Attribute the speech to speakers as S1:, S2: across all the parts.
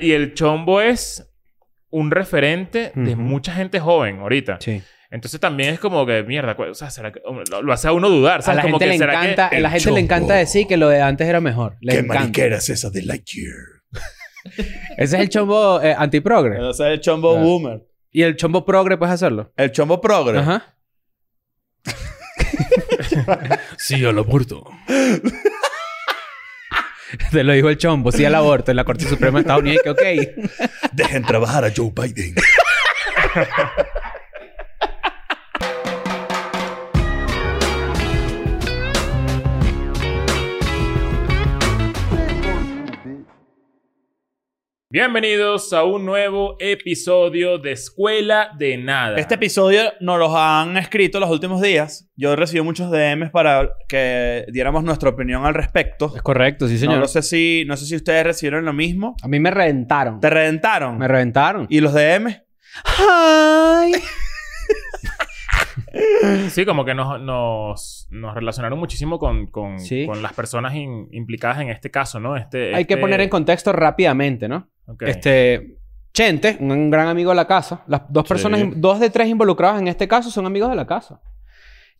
S1: Y el chombo es un referente de
S2: Ujú.
S1: mucha gente joven ahorita.
S2: Sí.
S1: Entonces también es como que, mierda, cu- o sea, será que- hombre, lo, lo hace a uno dudar,
S2: A
S1: ¿sabes?
S2: la
S1: como
S2: gente,
S1: que,
S2: le
S1: ¿será que-
S2: encanta, a la
S3: el
S2: gente le encanta
S3: chombo?
S2: decir que lo de antes era mejor. Le
S3: ¿Qué
S2: encanta.
S3: maniquera es esa de Lightyear?
S2: Ese es el chombo eh, antiprogre.
S4: Entonces el chombo
S2: Claro.
S4: boomer.
S2: Y el chombo progre puedes hacerlo.
S4: El chombo progre.
S2: Ajá.
S3: Sí, al aborto.
S2: Te lo dijo el chombo. Sí al aborto en la Corte Suprema de Estados Unidos. y Que, ok.
S3: Dejen trabajar a Joe Biden.
S1: Bienvenidos a un nuevo episodio de Escuela de Nada.
S4: Este episodio nos los han escrito los últimos días. Yo recibí muchos DMs para que diéramos nuestra opinión al respecto.
S2: Es correcto, sí,
S4: No,
S2: señor.
S4: lo sé si, no sé si ustedes recibieron lo mismo.
S2: A mí me reventaron.
S4: ¿Te reventaron?
S2: Me reventaron.
S4: ¿Y los DMs?
S2: ¡Ay!
S1: Sí, como que nos, nos, nos relacionaron muchísimo con, con,
S2: Sí.
S1: con las personas in- implicadas en este caso, ¿no? Este,
S2: Hay que
S1: este-
S2: poner en contexto rápidamente, ¿no?
S1: Ok.
S2: Este... Chente, un- un gran amigo de la casa. Las dos personas,
S3: Sí.
S2: dos de tres involucrados en este caso son amigos de la casa.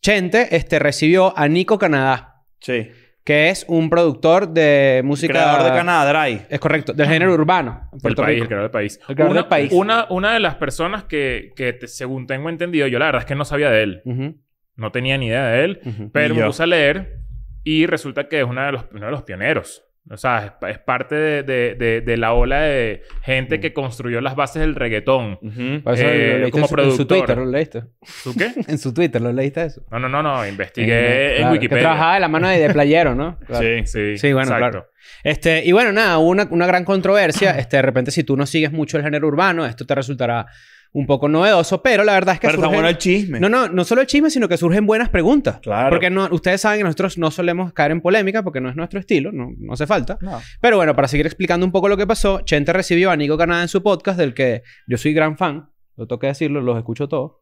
S2: Chente, este, recibió a Nico Canadá.
S4: Sí.
S2: que es un productor de música.
S4: Creador de Canadá Dry.
S2: Es correcto, del género urbano. en
S1: El
S2: Puerto
S1: país,
S2: Rico.
S1: el creador del país.
S2: El creador
S1: una,
S2: del país.
S1: Una, una de las personas que, que te- según tengo entendido, yo la verdad es que no sabía de él.
S2: Ujú,
S1: No tenía ni idea de él.
S2: ujú.
S1: Pero
S4: Ni
S1: me
S4: yo.
S1: puse a leer y resulta que es una de los, uno de los pioneros. O sea, es, pa- es parte de, de- de- de la ola de
S2: Mm.
S1: gente que construyó las bases del reggaetón.
S2: Por eso lo-
S1: Eh,
S2: lo leíste
S1: como
S2: en su, en su
S1: productor.
S2: Twitter, lo leíste.
S1: ¿Tú qué?
S2: En su Twitter, lo leíste eso.
S1: No, no, no, no. Investigué
S2: Eh,
S1: en
S2: claro, Que
S1: Wikipedia.
S2: trabajaba de la mano de, de playero, ¿no? Claro.
S1: Sí,
S2: Sí, bueno, claro. Este, y bueno, nada, hubo una, una gran controversia. Este, de repente, si tú no sigues mucho el género urbano, esto te resultará un poco novedoso. Pero la verdad es que
S4: Pero está
S2: surgen-
S4: bueno el chisme.
S2: No, no, no solo el chisme, sino que surgen buenas preguntas.
S4: Claro.
S2: Porque no, ustedes saben que nosotros no solemos caer en polémica porque no es nuestro estilo, no, no hace falta.
S4: No.
S2: Pero bueno, para seguir explicando un poco lo que pasó, Chente recibió a Nico Canadá en su podcast, del que yo soy gran fan, lo tengo que decirlo, los escucho todos.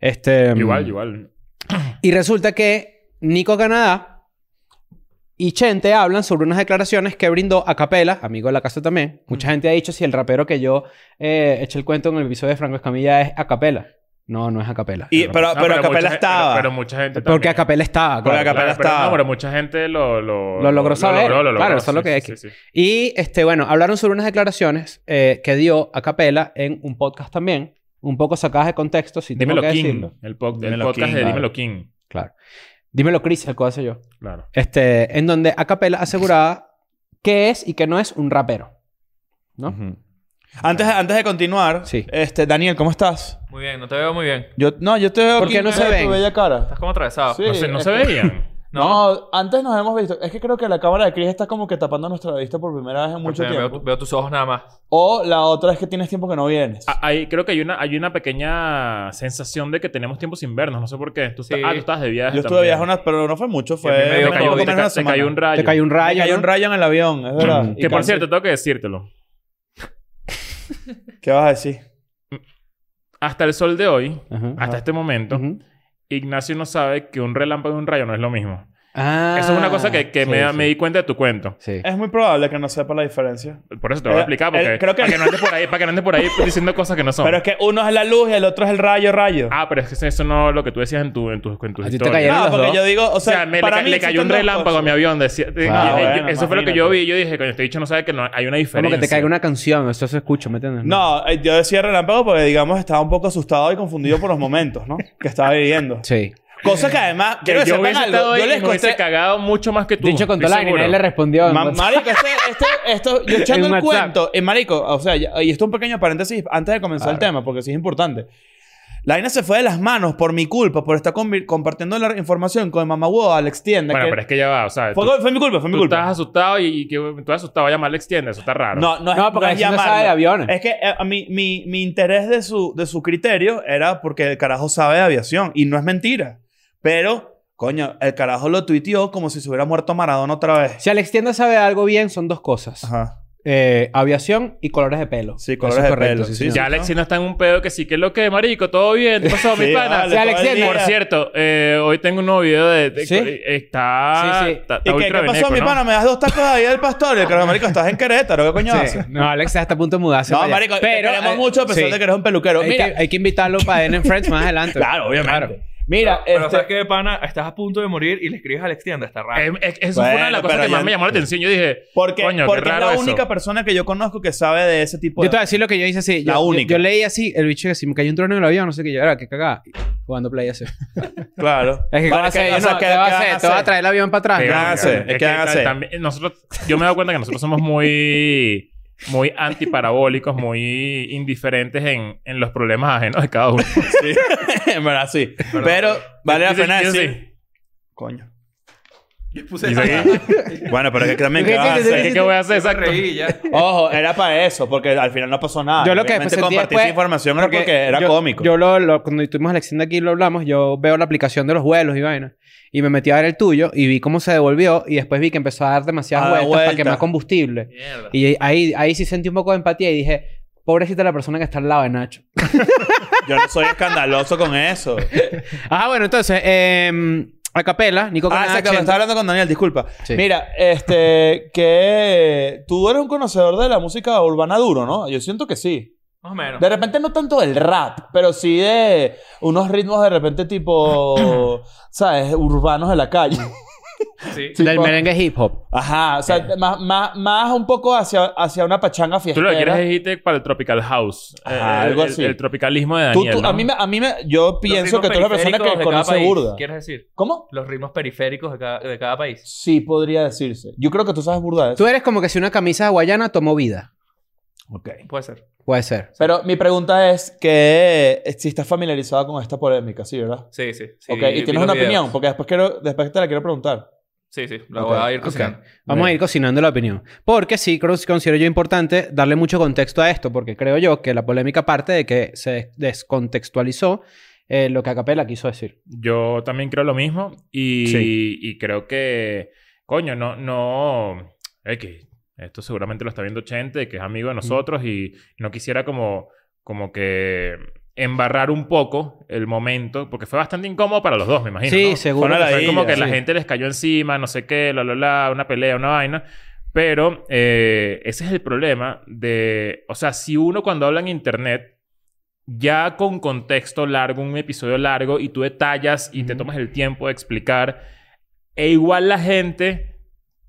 S2: Este,
S1: Igual, igual.
S2: Y resulta que Nico Canadá y Chente hablan sobre unas declaraciones que brindó a Capela, amigo de la casa también. Mucha gente ha dicho si el rapero que yo eh, eché el cuento en el episodio de Franco Escamilla es a Capela. No, no es a Capela.
S4: Y- pero,
S1: Ah,
S4: pero, Acapella
S1: mucha gen-
S4: estaba.
S1: Pero, pero mucha gente
S2: Porque a
S1: también.
S2: Capela estaba.
S4: Porque
S2: claro.
S4: Acapella
S1: Claro, pero
S4: estaba.
S1: No, pero mucha gente lo... Lo,
S2: Lo logró saber. Claro, eso es
S1: sí,
S2: lo que
S1: sí,
S2: es.
S1: sí, sí.
S2: Y este, bueno, hablaron sobre unas declaraciones eh, que dio a Capela en un podcast también, un poco sacadas de contexto, si tengo
S1: Dímelo
S2: que
S1: King.
S2: decirlo.
S1: El, pod- el
S4: Dímelo
S1: podcast
S4: King,
S1: de
S4: claro.
S1: Dímelo King.
S2: Claro. Dímelo, Chris, el cosa yo.
S1: Claro.
S2: Este, en donde a Capela aseguraba que es y que no es un rapero. ¿no?
S4: Antes, antes de continuar,
S2: Sí.
S4: este, Daniel, ¿cómo estás?
S5: Muy bien, no te veo muy bien.
S4: Yo, no, yo te veo
S2: ¿Por
S4: aquí,
S2: qué no
S4: te
S2: se
S4: veo
S2: ven?
S4: tu bella cara.
S5: Estás como atravesado.
S4: Sí.
S1: No se, no se
S4: este-
S1: veían.
S5: No,
S4: No, antes nos hemos visto. Es que creo que la cámara de Chris está como que tapando nuestra vista por primera vez en mucho
S5: porque veo,
S4: tiempo. Este
S5: veo tus ojos nada más.
S4: O la otra es que tienes tiempo que no vienes.
S1: Ah, hay- creo que hay una, hay una pequeña sensación de que tenemos tiempo sin vernos. No sé por qué. Tú estás-
S5: Sí.
S1: Ah, tú estabas de viaje
S4: yo estuve
S1: también.
S4: viajando, pero no fue mucho. Fue
S5: a mí me dio
S1: Te
S4: me
S1: cayó,
S4: cayó
S5: COVID,
S1: te
S4: como
S1: ca-
S4: en una
S1: te cayó
S4: semana.
S1: un rayo. Mm.
S2: Te cayó un rayo.
S4: Me cayó
S2: ¿no?
S4: un rayo en el avión, es verdad. Y
S1: Que por
S4: cansé.
S1: cierto, tengo que decírtelo.
S4: ¿Qué vas a decir?
S1: Hasta el sol de hoy,
S2: Ajá.
S1: hasta este momento,
S2: Ujú.
S1: Ignacio no sabe que un relámpago y un rayo no es lo mismo.
S2: Ah,
S1: Eso es una cosa que, que
S2: sí,
S1: me,
S2: sí.
S1: me di cuenta de tu cuento.
S2: Sí.
S4: Es muy probable que no sepa la diferencia.
S1: Por eso te lo voy a
S4: Eh,
S1: explicar.
S4: eh,
S1: Porque,
S4: creo que-
S1: Para que no andes por ahí, para que no andes por ahí diciendo cosas que no son.
S4: Pero es que uno es la luz y el otro es el rayo, rayo.
S1: Ah, pero es que eso no es lo que tú decías en tu, en tus, en tus
S2: A ti te
S1: historias.
S2: cayeron
S4: no,
S2: los
S4: porque
S2: dos.
S4: yo digo, o
S1: O sea,
S4: sea,
S1: me, le
S4: para
S1: ca-
S4: mí
S1: le cayó
S4: existen
S1: un
S4: dos
S1: relámpago a mi
S4: cosas.
S1: avión. decía- y- y-
S4: bueno,
S1: y- eso fue lo que yo
S4: imagínate.
S1: vi. Yo dije, coño, este dicho no sabe que no, hay una
S2: Como
S1: diferencia.
S2: que te caiga una canción, eso se escucha, ¿me entiendes?
S4: No, eh, yo decía relámpago porque, digamos, estaba un poco asustado y confundido por los momentos, ¿no? que estaba viviendo.
S2: Sí.
S4: Cosa que además, quiero
S1: Que
S4: que
S1: yo
S4: sepan
S1: hubiese
S4: algo.
S1: estado
S4: Yo
S1: ahí
S4: les
S1: y me hubiese
S4: conté...
S1: cagado mucho más que tú.
S2: Dicho con
S1: estoy
S2: tola, y
S1: seguro.
S2: él le respondió. en
S4: Ma-
S2: WhatsApp.
S4: marico, este, este, esto, yo echando
S2: En
S4: el
S2: WhatsApp.
S4: cuento. Eh, marico, o sea, ya- y esto es un pequeño paréntesis antes de comenzar el tema, porque sí es importante. La vaina se fue de las manos por mi culpa, por estar convi- compartiendo la información con el mamá huevo Alex Tienda.
S1: Bueno,
S4: que-
S1: pero es que ya va, o sea, tú,
S4: fue, fue mi culpa, fue mi
S1: tú
S4: culpa.
S1: estás asustado y, y que tú estás asustado, llama a Alex Tienda, eso está raro.
S4: No, no, es-
S2: No, porque
S4: es
S2: Alex Tienda sabe
S4: llamarlo.
S2: de aviones.
S4: Es que eh, a mí- mi, mi interés de su, de su criterio era porque el carajo sabe de aviación. Y no es mentira. Pero, coño, el carajo lo tuiteó como si se hubiera muerto Maradona otra vez.
S2: Si Alex Tienda sabe algo bien, son dos cosas.
S4: Ajá.
S2: eh, aviación y colores de pelo.
S4: Sí,
S2: Eso
S4: colores
S2: es
S4: de
S2: correcto,
S4: pelo,
S2: sí,
S4: sí,
S2: señor.
S4: sí.
S1: Ya Alexi no está en un pedo que sí que lo que, marico, todo bien, ¿qué pasó, mi
S4: Sí,
S1: pana?
S4: vale,
S2: Sí,
S4: todo
S2: Alex,
S4: el día.
S1: Por cierto, eh, hoy tengo un nuevo video de... de-
S2: ¿Sí?
S1: Está...
S2: Sí, sí.
S1: está- está
S4: ¿Y qué,
S1: ultra
S4: qué pasó,
S1: veneco,
S4: mi
S1: ¿no?
S4: pana? ¿Me das dos tacos ahí del pastor? Y el carro, marico, estás en Querétaro. ¿Qué coño
S2: Sí.
S4: haces?
S2: No, Alex está hasta a punto de mudarse.
S4: No,
S2: para allá.
S4: marico, te queremos
S2: eh,
S4: mucho a pesar
S2: sí.
S4: de que eres un peluquero.
S2: Hay
S4: Mira,
S2: que, hay que invitarlo para Den en Friends más adelante.
S4: claro, obviamente.
S2: Claro.
S4: Mira,
S5: Pero
S4: este-
S5: sabes que, pana, estás a punto de morir y le escribes a Alex Tienda. Está raro.
S1: Eh, eh, eso fue una de
S4: Bueno,
S1: las cosas
S4: pero
S1: que más
S4: ya-
S1: me llamó la atención. Yo dije,
S4: porque,
S1: coño,
S4: porque
S1: qué
S4: es
S1: raro
S4: la
S1: eso.
S4: única persona que yo conozco que sabe de ese tipo
S2: Yo
S4: de...
S2: te voy a decir lo que yo hice así. Yo,
S4: La
S2: yo-
S4: única.
S2: Yo, leí así, el bicho que si me cayó un trueno en el avión, no sé qué, yo era, que cagada. Jugando play así. Es
S4: Claro.
S2: que, ¿qué
S4: Vale,
S2: vas a hacer?
S4: o
S2: Yo
S4: sea,
S2: no,
S4: ¿qué-
S2: ¿qué vas
S4: qué
S2: a
S4: van
S2: hacer? Te vas a traer el avión
S1: Pero,
S2: para
S4: van a
S2: atrás.
S4: hacer?
S1: es
S4: ¿Qué
S1: que
S4: van a
S1: ta-
S4: hacer?
S1: también- nosotros, yo me doy cuenta que nosotros somos muy, muy antiparabólicos, muy indiferentes en, en los problemas ajenos de cada uno.
S4: Sí. en verdad, sí. Pero vale la
S1: Dice-
S4: pena
S1: dice-
S4: decir... Coño.
S5: Yo puse
S1: dice
S5: esa-
S1: que-
S4: Bueno, pero que también...
S2: Sí,
S4: ¿qué
S2: sí,
S4: vas a
S2: sí,
S4: hacer?
S1: ¿Qué, qué voy a hacer?
S5: Yo me
S1: Exacto.
S5: reí ya.
S4: Ojo, era para eso, porque al final no pasó nada.
S2: Yo lo que
S4: Obviamente
S2: después sentí
S4: compartí
S2: después-
S4: esa información era porque, era
S2: yo-
S4: cómico.
S2: Yo lo, lo- cuando estuvimos en la tienda aquí y lo hablamos, yo veo la aplicación de los vuelos y vaina. Y me metí a ver el tuyo y vi cómo se devolvió y después vi que empezó a dar demasiadas
S4: A dar
S2: vueltas para
S4: vueltas.
S2: quemar combustible.
S5: Mierda.
S2: Y ahí, ahí sí sentí un poco de empatía y dije, pobrecita la persona que está al lado de Nacho.
S4: Yo no soy escandaloso con eso.
S2: Ah, bueno, entonces, eh, a capela, Nico
S4: Ah,
S2: Canadá
S4: exacto. me
S2: 80.
S4: Estaba hablando con Daniel, disculpa.
S2: Sí.
S4: Mira, este, que tú eres un conocedor de la música urbana duro, ¿no? Yo siento que sí.
S5: Más o menos.
S4: De repente no tanto del rap, pero sí de unos ritmos de repente tipo, ¿sabes? Urbanos de la calle.
S5: Sí.
S4: Sí.
S2: del
S4: tipo-
S2: merengue hip hop.
S4: Ajá, o sea, más, más, más un poco hacia, hacia una pachanga
S1: Tú
S4: fiestera.
S1: lo que quieres es irte para el Tropical House. eh,
S4: Ajá,
S1: el-
S4: algo
S1: el-
S4: así.
S1: El, tropicalismo de
S4: Tú-
S1: Daniel,
S4: tú-
S1: ¿no?
S4: a, mí me, a mí me... Yo pienso
S5: Los
S4: que tú eres la
S5: ritmos
S4: persona
S5: periféricos
S4: que
S5: de cada
S4: conoce
S5: país,
S4: burda.
S5: ¿Quieres decir?
S4: ¿Cómo?
S5: Los ritmos periféricos de cada, de cada país.
S4: Sí, podría decirse. Yo creo que tú sabes burda de eso.
S2: Tú eres como que si una camisa hawaiana tomó vida.
S4: Ok.
S5: Puede ser.
S2: Puede ser.
S4: Pero mi pregunta es que eh, si estás familiarizado con esta polémica, ¿sí, verdad?
S5: Sí, sí. sí
S4: ok,
S5: vi
S4: y tienes
S5: los
S4: una
S5: videos.
S4: opinión, porque después, quiero, después te la quiero preguntar.
S5: Sí, sí. La
S4: Ok,
S5: voy a ir
S2: ok.
S5: cocinando.
S2: Vamos a ir cocinando la opinión. Porque sí, creo, considero yo importante darle mucho contexto a esto, porque creo yo que la polémica parte de que se descontextualizó eh, lo que Acapela quiso decir.
S1: Yo también creo lo mismo. Y,
S4: Sí.
S1: y creo que, coño, no, no. Es que esto seguramente lo está viendo Chente, que es amigo de nosotros, y no quisiera como, como que embarrar un poco el momento, porque fue bastante incómodo para los dos, me imagino.
S2: sí,
S1: ¿no?
S2: seguro.
S4: Fue una
S1: Fue como que
S4: sí.
S1: la gente les cayó encima, no sé qué, la, la, la, una pelea, una vaina. Pero eh, ese es el problema de, o sea, si uno cuando habla en internet, ya con contexto largo, un episodio largo, y tú detallas y te tomas el tiempo de explicar, e igual la gente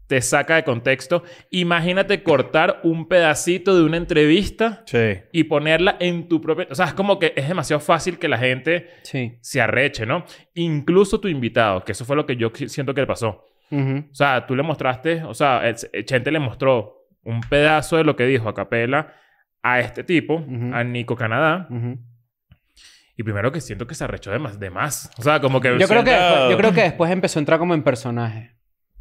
S1: te saca de contexto. Imagínate cortar un pedacito de una entrevista
S4: Sí.
S1: y ponerla en tu propia... O sea, es como que es demasiado fácil que la gente
S2: Sí.
S1: se arreche, ¿no? Incluso tu invitado, que eso fue lo que yo qui- siento que le pasó.
S2: Ujú.
S1: O sea, tú le mostraste, o sea, el- el Chente le mostró un pedazo de lo que dijo a capela a este tipo,
S2: Ujú.
S1: a Nico Canadá,
S2: Ujú.
S1: y primero que siento que se arrechó de más, de más. O sea, como que
S2: Yo, creo que
S4: siento-
S2: después, yo creo que después empezó a entrar como en personaje.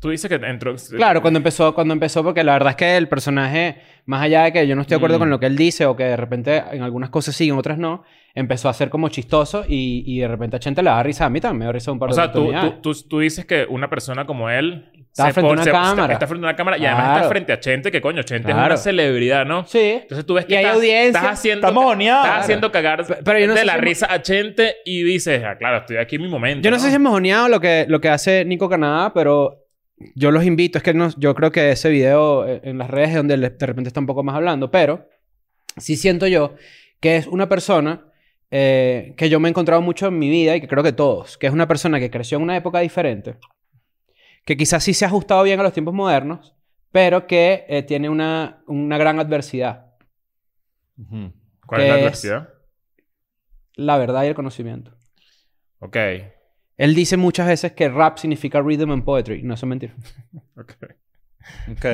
S1: tú dices que entró...
S2: Claro, cuando empezó, cuando empezó, porque la verdad es que el personaje, más allá de que yo no estoy de acuerdo
S1: Mm.
S2: con lo que él dice o que de repente en algunas cosas sí, en otras no, empezó a ser como chistoso y, y de repente a gente le da risa. A mí también me da risa un par
S1: O
S2: de
S1: sea, tú,
S2: oportunidades.
S1: tú, tú- tú dices que una persona como él...
S2: Está frente a
S1: pone-
S2: una
S1: está-
S2: cámara.
S1: Está frente a una cámara y además
S2: Claro.
S1: está frente a Chente, que coño, Chente es
S2: Claro.
S1: una celebridad, ¿no?
S2: Sí.
S1: Entonces tú ves que
S2: Y hay
S1: estás,
S2: audiencia.
S1: estás haciendo...
S4: Estamos
S1: Estás
S4: oneados.
S1: haciendo cagar
S2: Pe- pero yo no
S1: de
S2: sé
S1: la
S2: si-
S1: risa a Chente y dices, ah, claro, estoy aquí en mi momento.
S2: Yo no sé si es mojoneado lo que, lo que hace Nico Canadá, pero yo los invito. Es que no- yo creo que ese video eh, en las redes es donde le- de repente está un poco más hablando, pero sí siento yo que es una persona eh, que yo me he encontrado mucho en mi vida y que creo que todos, que es una persona que creció en una época diferente, que quizás sí se ha ajustado bien a los tiempos modernos, pero que eh, tiene una, una gran adversidad,
S1: ¿Cuál es la
S2: que es-
S1: adversidad?
S2: la verdad y el conocimiento.
S1: Ok.
S2: Él dice muchas veces que rap significa rhythm and poetry. No, eso es mentira.
S1: Ok.
S4: Ok.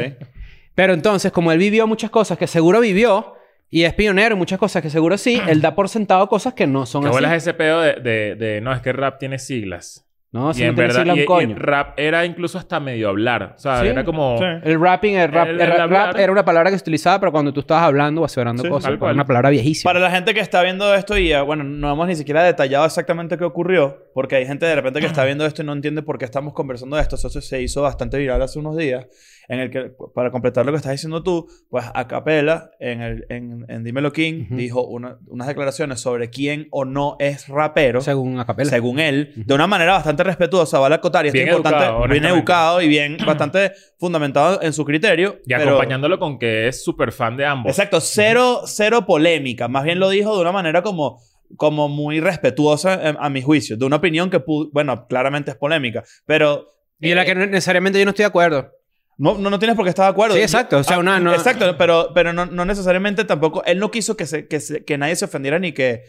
S2: Pero entonces, como él vivió muchas cosas que seguro vivió y es pionero en muchas cosas que seguro sí, él da por sentado cosas que no son
S1: ¿Qué
S2: así.
S1: bolas ese pedo de, de, de, No, es que rap tiene siglas.
S2: No,
S1: y
S2: si no
S1: en
S2: te
S1: verdad,
S2: decirle
S1: y-
S2: un
S1: y
S2: coño.
S1: rap era incluso hasta medio hablar. O sea,
S2: Sí.
S1: era como...
S4: Sí.
S2: El rapping, el rap,
S1: El-
S2: el
S1: el
S2: rap
S1: hablar.
S2: era una palabra que se utilizaba, pero cuando tú estabas hablando o aseverando
S4: Sí,
S2: cosas,
S1: tal
S2: era
S1: cual.
S2: una palabra viejísima.
S4: Para la gente que está viendo esto y, eh, bueno, no hemos ni siquiera detallado exactamente qué ocurrió, porque hay gente de repente que está viendo esto y no entiende por qué estamos conversando de esto. Eso se- se hizo bastante viral hace unos días, en el que, para completar lo que estás diciendo tú, pues a capela, en, el, en, en Dímelo King,
S2: Ujú.
S4: dijo una- unas declaraciones sobre quién o no es rapero.
S2: Según Acapela.
S4: Según él,
S2: Ujú.
S4: de una manera bastante respetuosa, vale acotar y esto es
S1: Bien
S4: importante,
S1: educado,
S4: bien
S1: honestamente.
S4: educado y bien bastante fundamentado en su criterio.
S1: Y
S4: pero-
S1: acompañándolo con que es súper fan de ambos.
S4: Exacto, cero, cero polémica. Más bien lo dijo de una manera como, como muy respetuosa, em, a mi juicio. De una opinión que, pu- bueno, claramente es polémica. Pero
S2: Y en la que no- necesariamente yo no estoy de acuerdo.
S4: no, no, no tienes por qué estar de acuerdo. ah,
S2: Sí, exacto. O sea, una- no-
S4: Exacto, pero, pero no, no necesariamente tampoco. Él no quiso que, se, que, se- que nadie se ofendiera ni que.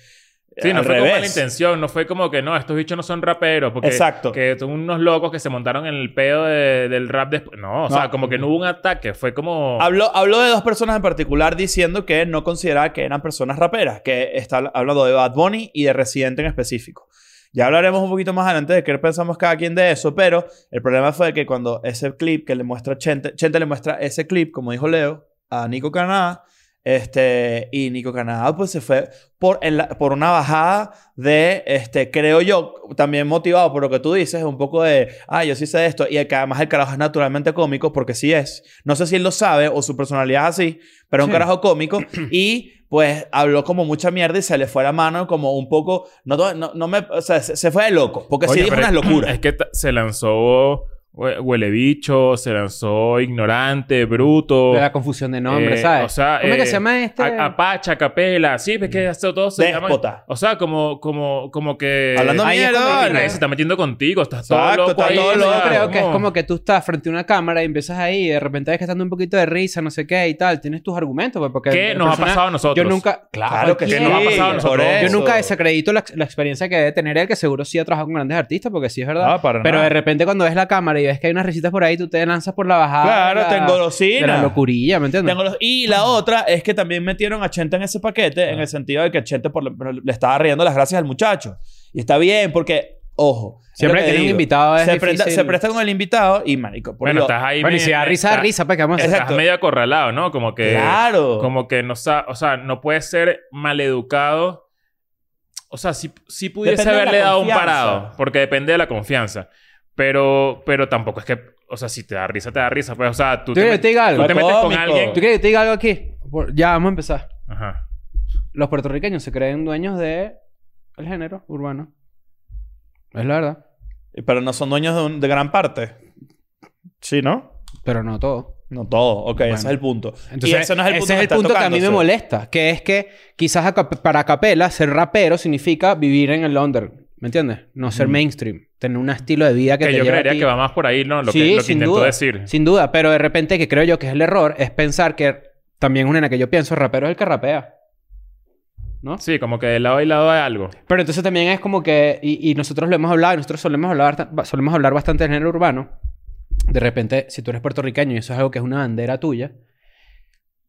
S1: Sí, no
S4: al
S1: fue con mala
S4: revés.
S1: intención, no fue como que no, estos bichos no son raperos, porque
S4: Exacto.
S1: que son unos locos que se montaron en el pedo de- del rap después. No, o sea, como que no hubo un ataque, fue como
S4: Habló, habló de dos personas en particular diciendo que no consideraba que eran personas raperas, que está hablando de Bad Bunny y de Residente en específico. Ya hablaremos un poquito más adelante de qué pensamos cada quien de eso, pero el problema fue que cuando ese clip que le muestra Chente, Chente le muestra ese clip, como dijo Leo, a Nico Canadá, este, y Nico Canadá pues se fue por, en la- por una bajada de, este, creo yo, también motivado por lo que tú dices, un poco de, ah, yo sí sé esto, y que además el carajo es naturalmente cómico, porque sí es. No sé si él lo sabe o su personalidad es así, pero es un carajo cómico, y pues habló como mucha mierda y se le fue la mano como un poco, no, to- no, no me, o sea, se, se fue de loco, porque
S1: Oye,
S4: sí dijo
S1: pero
S4: unas locuras.
S1: Es que ta- se lanzó hue- Huele Bicho, se lanzó Ignorante, Bruto.
S2: De la confusión de nombres,
S1: eh,
S2: ¿sabes?
S1: o sea,
S2: ¿Cómo es
S1: eh,
S2: que se llama este?
S1: a- Apache, Capela, sí, es que esto todo se llaman-
S4: Déspota.
S1: O sea, como, como, como que.
S4: Hablando
S2: eh, ahí es
S4: mierda,
S2: cuando
S4: vale.
S1: nadie se está metiendo contigo, estás todo
S4: Exacto,
S1: loco
S4: está
S1: ahí,
S4: todo
S1: o
S2: Yo
S1: sea,
S4: loco.
S2: creo que es como que tú estás frente a una cámara y empiezas ahí y de repente ves que estás dando un poquito de risa, no sé qué y tal. Tienes tus argumentos, pues, porque...
S1: ¿Qué
S2: el
S1: nos ha
S2: personaje-
S1: pasado a nosotros?
S2: Yo nunca...
S4: Claro que,
S2: cualquiera.
S1: sí, nos ha pasado a
S4: por
S1: nosotros.
S2: Yo
S4: eso.
S2: nunca desacredito la, la experiencia que debe tener él, que seguro sí ha trabajado con grandes artistas, porque sí es verdad.
S4: Ah, para
S2: Pero de
S4: nada.
S2: repente cuando ves la cámara y ves que hay unas risitas por ahí, tú te lanzas por la bajada.
S4: Claro,
S2: de la-
S4: tengo
S2: De la
S4: locina.
S2: locurilla, ¿me entiendes?
S4: Tengo los- y la otra es que también metieron a Chente en ese paquete en el sentido de que Chente por lo- pero le estaba riendo las gracias al muchacho. Y está bien porque, ojo. es
S2: Siempre
S4: lo
S2: que tiene un
S4: digo,
S2: invitado es
S4: se, prenda-
S2: difícil.
S4: se presta con el invitado y marico. por
S1: Bueno,
S4: lo-
S1: estás ahí.
S2: Bueno, y
S1: me-
S2: si da
S1: me-
S2: risa, da
S1: está-
S2: risa, pues, ¿qué vamos a hacer?
S1: Estás
S4: Exacto.
S1: medio acorralado, ¿no? Como que.
S4: Claro.
S1: Como que no sa- o sea, no puede ser maleducado. O sea, si, si pudiese
S4: Depende de la
S1: haberle dado
S4: confianza.
S1: un parado, porque depende de la confianza. Pero, pero tampoco es que, o sea, si te da risa, te da risa. Pues, o sea, tú,
S2: ¿Tú
S1: te,
S2: quieres que
S1: met-
S2: te diga
S1: tú
S2: algo?
S1: te metes con
S4: Cómico.
S1: alguien.
S2: ¿Tú quieres que te diga algo aquí? Por- Ya, vamos a empezar.
S1: Ajá.
S2: Los puertorriqueños se creen dueños de el género urbano. Es la verdad.
S4: Pero no son dueños de, un- de gran parte. Sí, ¿no?
S2: Pero no todo.
S4: No todo. Ok,
S2: Bueno.
S4: ese es el punto.
S2: Entonces,
S4: y ese no es el punto,
S2: ese es el
S4: está
S2: punto que a mí me
S4: tocándose.
S2: molesta. Que es que quizás a cap- para Capela ser rapero significa vivir en el under. ¿Me entiendes? No ser mainstream. Tener un estilo de vida que,
S1: Mm. Que,
S2: te
S1: yo
S2: lleve a
S1: creería
S2: ti.
S1: que va más por ahí, ¿no? Lo
S2: sí,
S1: que, lo que
S2: sin
S1: intentó
S2: duda.
S1: decir.
S2: Sin duda. Pero de repente que creo yo que es el error es pensar que también una en la que yo pienso rapero es el que rapea. ¿No?
S1: Sí, como que de lado y lado hay algo.
S2: Pero entonces también es como que, y, y nosotros lo hemos hablado, y nosotros solemos hablar, ta- solemos hablar bastante del género urbano. De repente, si tú eres puertorriqueño y eso es algo que es una bandera tuya,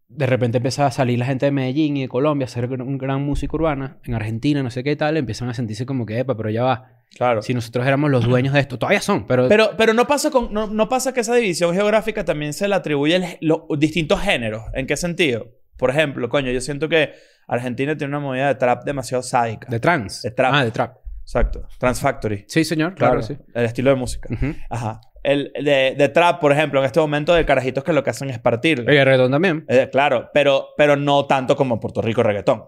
S2: de repente empieza a salir la gente de Medellín y de Colombia a hacer gr- un gran música urbana, en Argentina, no sé qué tal, empiezan a sentirse como que, epa, pero ya va.
S4: Claro.
S2: Si nosotros éramos los dueños de esto, todavía son, pero.
S4: Pero, pero no, pasa con, no, no pasa que esa división geográfica también se le atribuye el- los distintos géneros. ¿En qué sentido? Por ejemplo, coño, yo siento que Argentina tiene una movida de trap demasiado sádica.
S2: de trans.
S4: De trap.
S2: Ah, de trap.
S4: Exacto. Transfactory.
S2: Sí, señor, claro, sí.
S4: El estilo de música.
S2: Ujú.
S4: Ajá. El de, de trap, por ejemplo, en este momento de carajitos que lo que hacen es partir.
S2: Y el reggaetón también.
S4: Eh, claro, pero, pero no tanto como en Puerto Rico reggaetón.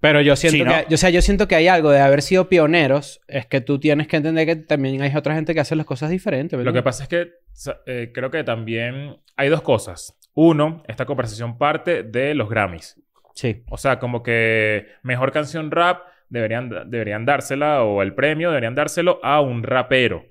S2: Pero yo siento
S4: Sí, ¿no?
S2: que... Yo, o sea, yo siento que hay algo de haber sido pioneros. Es que tú tienes que entender que también hay otra gente que hace las cosas diferentes, ¿verdad?
S1: Lo que pasa es que sa- eh, creo que también hay dos cosas. Uno, esta conversación parte de los Grammys.
S2: Sí.
S1: O sea, como que mejor canción rap deberían, deberían dársela o el premio deberían dárselo a un rapero.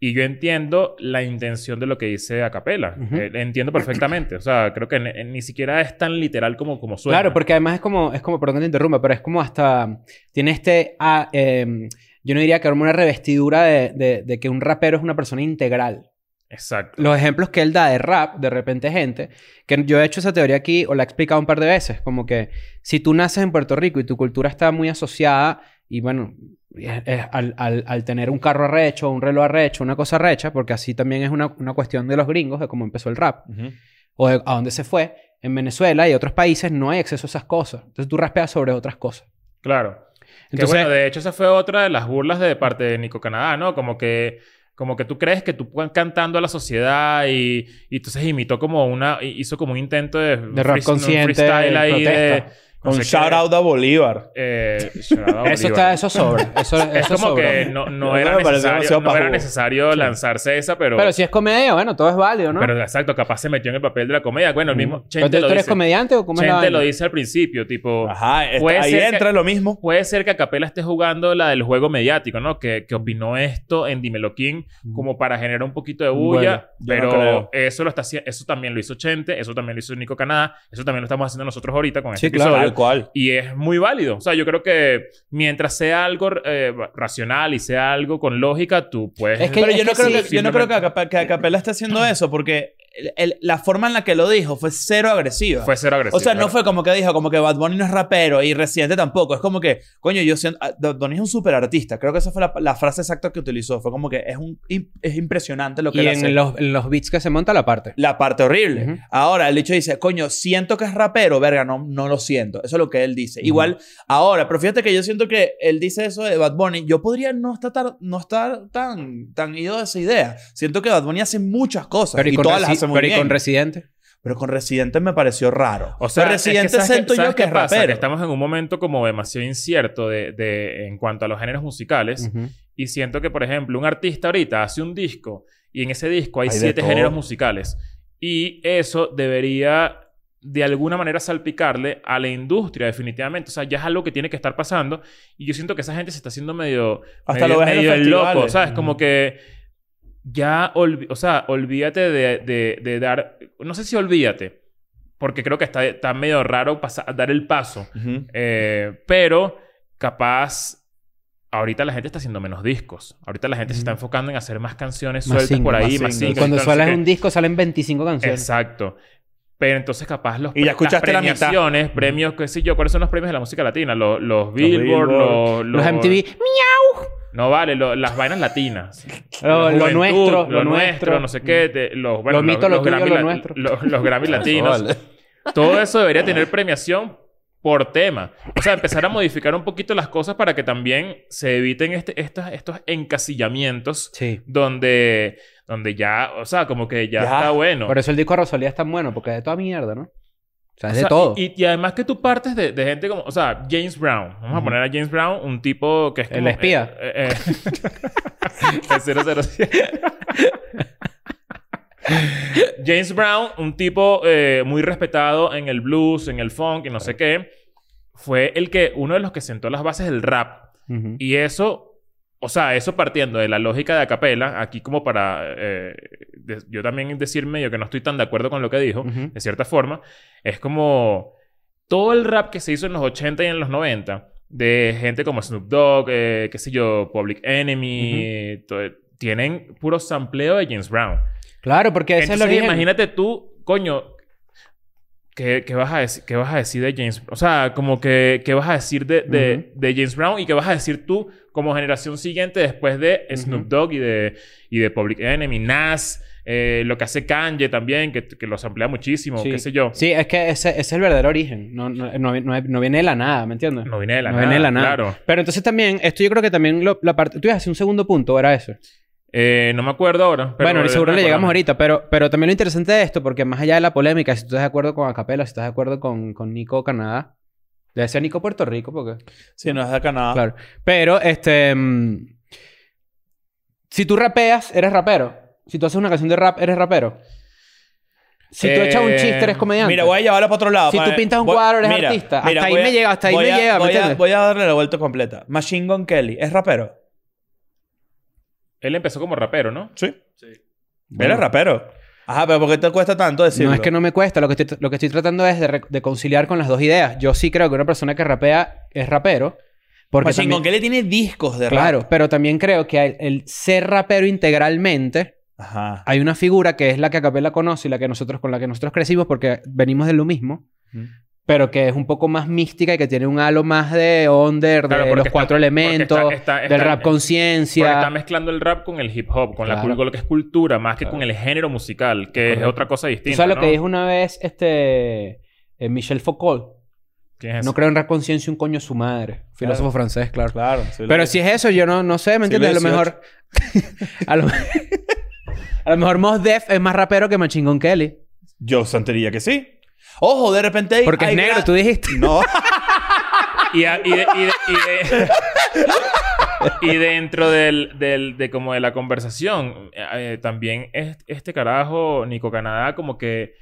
S1: Y yo entiendo la intención de lo que dice Acapela.
S2: Ujú.
S1: Eh, entiendo perfectamente. O sea, creo que ne- ni siquiera es tan literal como, como suena.
S2: Claro, porque además es como, es como, perdón que te interrumpa, pero es como hasta, tiene este, ah, eh, yo no diría que como una revestidura de, de- de que un rapero es una persona integral.
S1: Exacto.
S2: Los ejemplos que él da de rap, de repente gente, que yo he hecho esa teoría aquí o la he explicado un par de veces, como que si tú naces en Puerto Rico y tu cultura está muy asociada, y bueno, es- es al, al- al tener un carro arrecho, un reloj arrecho, una cosa arrecha, porque así también es una, una cuestión de los gringos, de cómo empezó el rap, o de a dónde se fue. En Venezuela y otros países no hay acceso a esas cosas. Entonces tú raspeas sobre otras cosas.
S1: Claro. Que
S2: Entonces,
S1: bueno, de hecho, esa fue otra de las burlas de parte de Nico Canadá, ¿no? Como que, como que tú crees que tú puedes cantando a la sociedad y, y entonces imitó como una, hizo como un intento de,
S2: De rap
S1: freest-
S2: consciente,
S1: freestyle ahí de.
S2: protesta.
S1: no
S4: Un
S1: sé qué.
S4: shout out a Bolívar.
S1: Eh, shout out
S2: eso
S1: Bolívar.
S2: está, eso sobra. Eso,
S1: Es
S2: eso
S1: como
S2: sobra.
S1: que no, no
S4: Eso
S1: era
S4: me parece
S1: necesario,
S4: demasiado
S1: no era
S4: pajugo.
S1: necesario lanzarse esa, pero,
S2: Pero si es comedia, bueno, todo es válido, ¿no?
S1: pero exacto, capaz se metió en el papel de la comedia. Bueno, el mismo
S2: Pero
S1: Chente
S2: tú
S1: lo
S2: tú eres
S1: dice.
S2: comediante o cómo es la
S1: Chente lo
S2: vaina?
S1: dice al principio, tipo,
S4: Ajá, está-
S1: Puede
S4: ahí
S1: ser que-
S4: entra lo mismo.
S1: Puede ser que Acapela esté jugando la del juego mediático, ¿no? Que, que opinó esto en Dímelo King como para generar un poquito de bulla.
S4: Mm. Bueno, yo no
S1: pero
S4: creo.
S1: eso lo está haci- eso también lo hizo Chente, eso también lo hizo Nico Canadá, eso también lo estamos haciendo nosotros ahorita con
S2: Sí,
S1: este
S2: claro.
S1: episodio.
S4: Tal cual.
S1: Y es muy válido. O sea, yo creo que mientras sea algo eh, racional y sea algo con lógica, tú puedes...
S2: Es que-
S4: Pero yo no, creo
S2: sí,
S4: que, yo no creo que, Acapa- que Acapela esté haciendo eso porque el- el- la forma en la que lo dijo fue cero agresiva.
S1: Fue ser agresivo.
S4: o sea, no
S1: claro.
S4: fue como que dijo, como que Bad Bunny no es rapero y Residente tampoco. Es como que, coño, yo siento. ah, Bad Bunny es un super artista. Creo que esa fue la, la frase exacta que utilizó. Fue como que es, un, es impresionante lo que
S2: Y
S4: él hace.
S2: en los, en los beats que se monta la parte.
S4: La parte horrible.
S2: Ujú.
S4: Ahora, el dicho dice, coño, siento que es rapero, verga, no, no lo siento. Eso es lo que él dice. Igual, ahora, pero fíjate que yo siento que él dice eso de Bad Bunny. Yo podría no estar, tar- no estar tan, tan ido de esa idea. Siento que Bad Bunny hace muchas cosas
S2: Pero
S4: y,
S2: y con,
S4: todas
S2: Resi-
S4: las hace muy
S2: pero y
S4: bien.
S2: con Residente.
S4: pero con Residente me pareció raro.
S1: O sea,
S4: Pero
S1: es que
S4: Residente
S1: ¿sabes qué-
S4: siento
S1: sabes
S4: yo que
S1: qué
S4: es
S1: pasa?
S4: rapero.
S1: Que estamos en un momento como demasiado incierto de, de- en cuanto a los géneros musicales.
S2: Ujú.
S1: Y siento que, por ejemplo, un artista ahorita hace un disco y en ese disco hay,
S4: Hay de
S1: siete
S4: todo.
S1: géneros musicales. Y eso debería de alguna manera salpicarle a la industria definitivamente. O sea, ya es algo que tiene que estar pasando. Y yo siento que esa gente se está haciendo medio...
S4: Hasta
S1: medio,
S4: lo ves en los
S1: medio el loco,
S4: festivales.
S1: ¿sabes? Como
S4: Ujú.
S1: que ya... olvi- O sea, olvídate de, de- de dar... No sé si olvídate. Porque creo que está, está medio raro pasa- dar el paso.
S4: Ujú.
S1: Eh, pero capaz ahorita la gente está haciendo menos discos. Ahorita la gente se está enfocando en hacer más canciones
S2: Más
S1: sueltas por
S2: singles,
S1: ahí,
S4: más
S1: más
S4: singles.
S1: singles.
S2: Cuando
S1: tal, no sé
S2: suelas
S1: qué.
S2: un disco salen 25 canciones.
S1: Exacto. Pero entonces capaz los
S4: Y ya
S1: pre-
S4: escuchaste la
S1: las
S4: mitad.
S1: premiaciones, premios, qué sé yo, ¿cuáles son los premios de la música latina? Los, los Billboard,
S4: Billboard,
S1: los,
S2: Los MTV.
S1: No vale, lo- las vainas latinas.
S2: Lo,
S1: La
S2: lo
S1: juventud,
S2: nuestro. Lo nuestro.
S1: no sé qué, te- los, bueno,
S2: Lo mito, lo tuyo, lo
S1: la-
S2: nuestro.
S1: Los, los Grammy latinos. Todo eso debería tener premiación por tema. O sea, empezar a modificar un poquito las cosas para que también se eviten este, estos, estos encasillamientos
S2: Sí.
S1: donde, donde ya, o sea, como que ya,
S4: Ya.
S1: está bueno.
S2: Por eso el disco de Rosalía es tan bueno, porque es de toda mierda, ¿no? O sea, es
S1: O sea,
S2: de todo.
S1: Y, y además que tú partes de, de gente como, o sea, James Brown. Vamos a poner a James Brown, un tipo que es
S2: El
S1: como...
S2: espía.
S1: eh, eh, eh, el 007. James Brown, un tipo eh, muy respetado en el blues, en el funk y no sé qué, fue el que, uno de los que sentó las bases del rap.
S2: Ujú.
S1: Y eso, o sea, eso partiendo de la lógica de Acapela, aquí como para eh, de- yo también decir medio que no estoy tan de acuerdo con lo que dijo,
S2: Ujú.
S1: de cierta forma, es como todo el rap que se hizo en los 80 y en los 90, de gente como Snoop Dogg, eh, qué sé yo, Public Enemy, to- tienen puro sampleo de James Brown.
S2: Claro, porque ese es el
S1: Entonces,
S2: origen.
S1: imagínate tú, coño, ¿qué, qué vas a decir, ¿qué vas a decir de James O sea, como que, ¿qué vas a decir de, de- de James Brown y qué vas a decir tú como generación siguiente después de Snoop
S2: Ujú.
S1: Dogg y de, y de Public Enemy, Nas, eh, lo que hace Kanye también, que, que los amplía muchísimo,
S2: Sí.
S1: qué sé yo.
S2: Sí, es que ese, ese es el verdadero origen. No, no, no- no- no viene de la nada, ¿me entiendes?
S1: No viene de la
S2: No
S1: nada.
S2: viene de la nada.
S1: Claro.
S2: Pero entonces también, esto yo creo que también lo- la parte... Tú ibas a hacer un segundo punto, ¿o ¿era eso?
S1: Eh, no me acuerdo ahora. pero-
S2: bueno, seguro le llegamos
S1: acuérdame.
S2: ahorita, pero, pero también lo interesante de esto, porque más allá de la polémica, si tú estás de acuerdo con Acapela, si estás de acuerdo con, con Nico Canadá, le decía Nico Puerto Rico, porque.
S4: Sí, no es de Canadá.
S2: Claro. Pero, este. mm, si tú rapeas, eres rapero. Si tú haces una canción de rap, eres rapero. Si tú echas un
S1: Eh,
S2: chiste, eres comediante.
S4: Mira, voy a llevarla para otro lado.
S2: Si
S4: para-
S2: tú pintas un
S4: voy-
S2: cuadro, eres artista. Hasta ahí
S4: voy
S2: me llega, hasta ahí
S4: voy
S2: me
S4: a-
S2: llega, ¿me
S4: Voy a,
S2: entiendes?
S4: voy a darle la vuelta completa. Machine Gun Kelly, ¿es rapero?
S1: Él empezó como rapero, ¿no?
S4: Sí.
S5: Sí.
S4: Él es rapero. Ajá, pero ¿por qué te cuesta tanto decirlo?
S2: No es que no me cuesta, lo que estoy, lo que estoy tratando es de, re- de conciliar con las dos ideas. Yo sí creo que una persona que rapea es rapero. Porque
S4: Machine
S2: también-
S4: Gun Kelly tiene discos de rap.
S2: Claro, pero también creo que el, el ser rapero integralmente,
S4: Ajá.
S2: hay
S1: Mm.
S2: una figura que es la que Acapella conoce y la que nosotros, con la que nosotros crecimos porque venimos de lo mismo, pero que es un poco más mística y que tiene un halo más de under,
S1: Claro,
S2: de
S1: porque
S2: los
S1: está-
S2: cuatro
S1: porque
S2: elementos,
S1: está- está-
S2: del
S1: está-
S2: rap conciencia.
S1: Porque está mezclando el rap con el hip hop, con, la,
S2: Claro.
S1: cul- con lo que es cultura, más que
S2: Claro.
S1: con el género musical, que es
S2: Correcto.
S1: otra cosa
S2: ¿Tú
S1: distinta.
S2: sabes lo
S1: ¿no?
S2: que dijo una vez este eh, Michel Foucault?
S1: ¿Quién es
S2: No
S1: ese?
S2: creo en rap conciencia un coño su madre. Filósofo francés, claro.
S4: Claro.
S2: Pero si es eso, yo no, no sé, ¿me
S4: Siglo
S2: entiendes? A lo mejor. a, lo... a lo mejor Mos Def es más rapero que Machingón Kelly.
S4: Yo santería que sí. Ojo, de repente... hay-
S2: Porque
S4: hay
S2: es negro,
S4: gran-
S2: tú dijiste.
S4: No.
S1: Y, a- y de- y de- y de- y dentro del, del- de como de la conversación, eh, eh, también es- este carajo, Nico Canadá, como que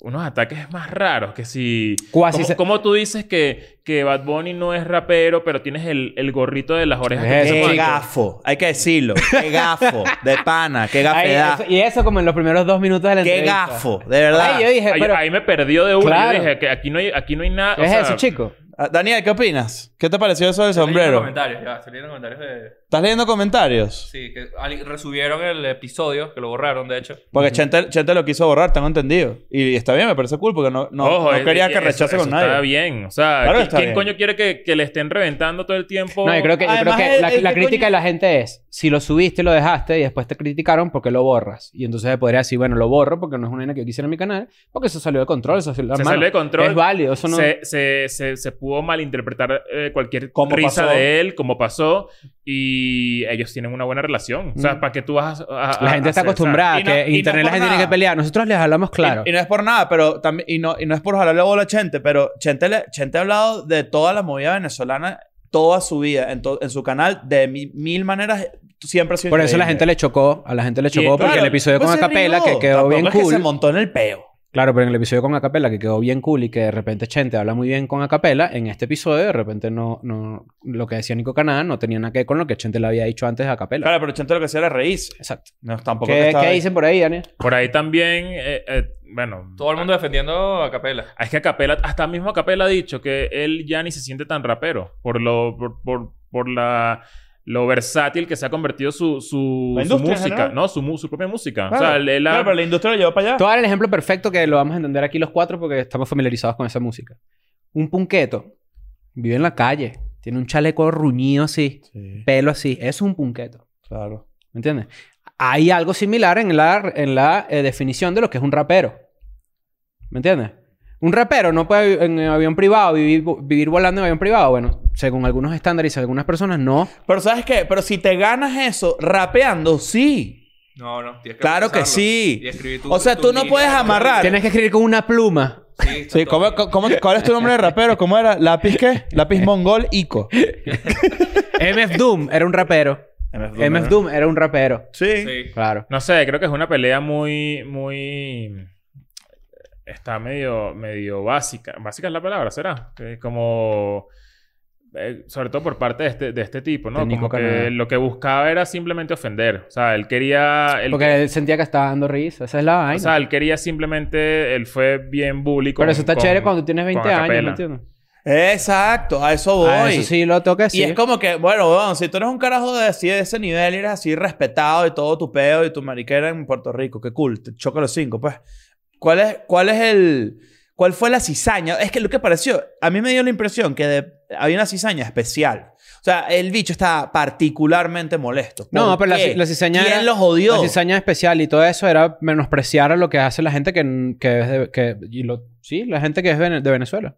S1: unos ataques más raros que si...
S2: Cuasi
S1: ¿Cómo,
S2: Ah, se-
S1: cómo tú dices que, que Bad Bunny no es rapero, pero tienes el, el gorrito de las orejas? que
S2: Eso,
S1: te
S4: Qué
S1: ponen?
S4: gafo. Hay que decirlo. Qué gafo. De pana. Qué
S2: Ay,
S4: gafedad.
S2: eso- y eso como en los primeros dos minutos de la
S4: Qué
S2: entrevista.
S4: gafo. De verdad.
S2: Ay, yo dije,
S1: Ahí,
S2: pero...
S1: ahí me perdió de una.
S2: Claro.
S1: Yo dije que aquí no hay, aquí no hay nada. o
S2: ¿qué es
S1: sea,
S2: eso, chico?
S4: Ah, Daniel, ¿qué opinas? ¿Qué te pareció eso del
S5: Leyendo
S4: sombrero?
S5: comentarios, ya. Estoy leyendo comentarios de...
S4: ¿Estás leyendo comentarios?
S5: Sí, que alguien- resubieron el episodio, que lo borraron, de hecho.
S4: Porque Chente, Chente lo quiso borrar, tengo entendido. Y está bien, me parece cool, porque no, no,
S1: ojo,
S4: no
S1: es-
S4: quería que
S1: eso-
S4: rechace
S1: eso
S4: con
S1: Está
S4: nadie.
S1: bien. O sea,
S4: Claro que
S1: ¿qui-
S4: está
S1: ¿quién
S4: bien.
S1: coño quiere que, que le estén reventando todo el tiempo?
S2: No, yo creo que, yo creo
S4: Además,
S2: que
S4: el-
S2: la,
S4: el
S2: la
S4: que
S2: crítica
S4: coño-
S2: de la gente es, si lo subiste y lo dejaste y después te criticaron, porque lo borras? Y entonces se podría decir, bueno, lo borro porque no es una vaina que yo quisiera en mi canal, porque eso salió de control. Eso,
S1: Se salió de control.
S2: Es válido, eso no...
S1: se, se, se, se pudo malinterpretar eh, cualquier
S4: Como
S1: risa
S4: pasó.
S1: de él, como pasó, y ellos tienen una buena relación. O sea,
S2: Mm.
S1: ¿para qué tú vas a- a, a-
S2: La
S1: a
S2: gente está
S1: hacer- o sea,
S2: acostumbrada
S4: y no-
S2: a que
S4: y no
S2: internet
S4: por
S2: la gente
S4: nada.
S2: tiene que pelear. Nosotros les hablamos claro.
S4: Y, y no es por nada, pero también, y no, y no es por jalarle bola a Chente, pero Chente, le- Chente ha hablado de toda la movida venezolana toda su vida, en, to- en su canal, de mi- mil maneras, siempre ha sido
S2: por eso la
S4: increíble.
S2: gente le chocó. A la gente le chocó
S1: claro,
S2: porque el episodio
S4: pues
S2: con
S4: se
S2: Acapela,
S4: rimó.
S2: que quedó
S4: Tampoco
S2: bien
S4: es que
S2: cool.
S4: se montó en el peo.
S2: Claro, pero en el episodio con Acapela, que quedó bien cool y que de repente Chente habla muy bien con Acapela, en este episodio de repente no, no, lo que decía Nico Canadá no tenía nada que ver con lo que Chente le había dicho antes de Acapela.
S4: Claro, pero Chente lo que hacía era reírse.
S2: Exacto.
S4: No, tampoco es que
S2: ¿Qué,
S4: estaba
S2: qué
S4: ahí.
S2: dicen por ahí, Daniel?
S1: Por ahí también, eh, eh, bueno.
S5: Todo el mundo defendiendo a Capela.
S1: Es que Acapela, hasta mismo Acapela ha dicho que él ya ni se siente tan rapero por lo, por, por, por la, lo versátil que se ha convertido su, su,
S4: La
S1: su
S4: industria en
S1: música,
S4: general.
S1: ¿no? Su, mu- su propia música.
S4: Claro,
S1: o sea, él, él ha-
S4: Claro, pero la industria lo llevó para allá.
S2: Te voy a dar el ejemplo perfecto que lo vamos a entender aquí los cuatro porque estamos familiarizados con esa música. Un punqueto vive en la calle, tiene un chaleco ruñido así,
S4: Sí,
S2: pelo así. Eso es un punqueto.
S4: claro.
S2: ¿Me entiendes? Hay algo similar en la, en la eh, definición de lo que es un rapero. ¿Me entiendes? Un rapero no puede vi- en avión privado, vivir, vo- vivir volando en avión privado. Bueno, según algunos estándares y según algunas personas, no.
S4: Pero ¿sabes qué? Pero si te ganas eso rapeando, sí.
S5: No, no. tienes
S4: Claro que
S5: procesarlo.
S4: sí.
S5: Y escribir tu-
S4: O sea,
S5: tu
S4: tú no
S5: línea.
S4: puedes amarrar.
S2: Tienes que escribir con una pluma.
S5: Sí, está
S4: Sí,
S5: todo
S4: ¿cómo,
S5: bien.
S4: cómo- cuál es tu nombre de rapero? ¿Cómo era? ¿Lápiz qué? Lápiz mongol Ico.
S2: MF Doom era un rapero. MF Doom era un rapero.
S4: Sí.
S5: Sí.
S2: Claro.
S1: No sé, creo que es una pelea muy, muy... Está medio, medio básica. Básica es la palabra, ¿será? Que como... eh, sobre todo por parte de este, de este tipo, ¿no?
S2: De Nico
S1: Como
S2: Canadá.
S1: que lo que buscaba era simplemente ofender. O sea, él quería... él-
S2: Porque él sentía que estaba dando risa. Esa es la vaina.
S1: o sea, él quería simplemente... Él fue bien bully con-
S2: Pero eso está
S1: con-
S2: chévere cuando tú tienes 20
S1: con
S2: años, ¿me
S1: Acapela.
S2: entiendes?
S4: Exacto, a eso voy.
S2: Ah, eso sí lo tengo que
S4: Y
S2: decir.
S4: es como que, bueno, weón, si tú eres un carajo de, así, de ese nivel y eres así respetado y todo tu peo y tu mariquera en Puerto Rico, qué cool, te choca los cinco, pues. ¿Cuál es, cuál es el. ¿Cuál fue la cizaña? Es que lo que pareció, a mí me dio la impresión que de- había una cizaña especial. O sea, el bicho está particularmente molesto.
S2: No,
S4: ¿Por
S2: pero la,
S4: qué?
S2: ci- la cizaña...
S4: ¿Quién
S2: era-
S4: los odió?
S2: La cizaña especial y todo eso era menospreciar a lo que hace la gente que, que es de... Que, y lo, sí, la gente que es vene- de Venezuela.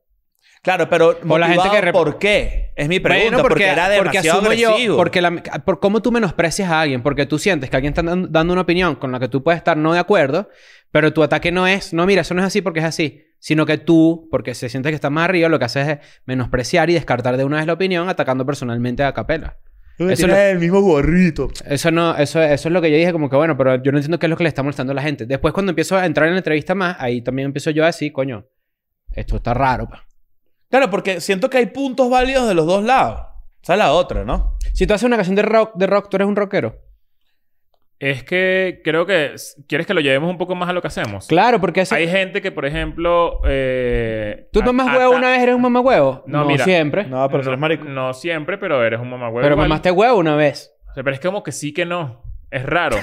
S4: Claro, pero
S2: O la gente
S4: motivado
S2: que rep-
S4: ¿por qué? Es mi pregunta,
S2: Bueno,
S4: porque, era demasiado
S2: asumo yo-
S4: agresivo.
S2: porque la- por cómo tú menosprecias a alguien. Porque tú sientes que alguien está dan- dando una opinión con la que tú puedes estar no de acuerdo. Pero tu ataque no es... No, mira, eso no es así porque es así. Sino que tú, porque se siente que estás más arriba, lo que haces es menospreciar y descartar de una vez la opinión atacando personalmente a Capela. eso no-
S4: el mismo gorrito.
S2: Eso no, eso, eso es lo que yo dije, como que bueno, pero yo no entiendo qué es lo que le está molestando a la gente. Después, cuando empiezo a entrar en la entrevista más, ahí también empiezo yo a decir, coño, esto está raro. pues". pa".
S4: Claro, porque siento que hay puntos válidos de los dos lados. Esa es la otra, ¿no?
S2: Si tú haces una canción de rock, de rock, tú eres un rockero.
S1: Es que creo que... ¿Quieres que lo llevemos un poco más a lo que hacemos?
S2: Claro, porque eso,
S1: Hay gente que, por ejemplo... eh,
S2: tú
S1: a-
S2: mamás
S1: ata-
S2: huevo una vez, eres un mamá huevo.
S1: No, mira.
S2: siempre.
S4: No, Ah, pero
S1: Eh, no,
S4: eres marico.
S1: no siempre, pero eres un mamagüevo.
S2: pero
S1: igual.
S2: mamaste huevo una vez.
S1: O sea, pero es como que sí que no. Es raro. eh,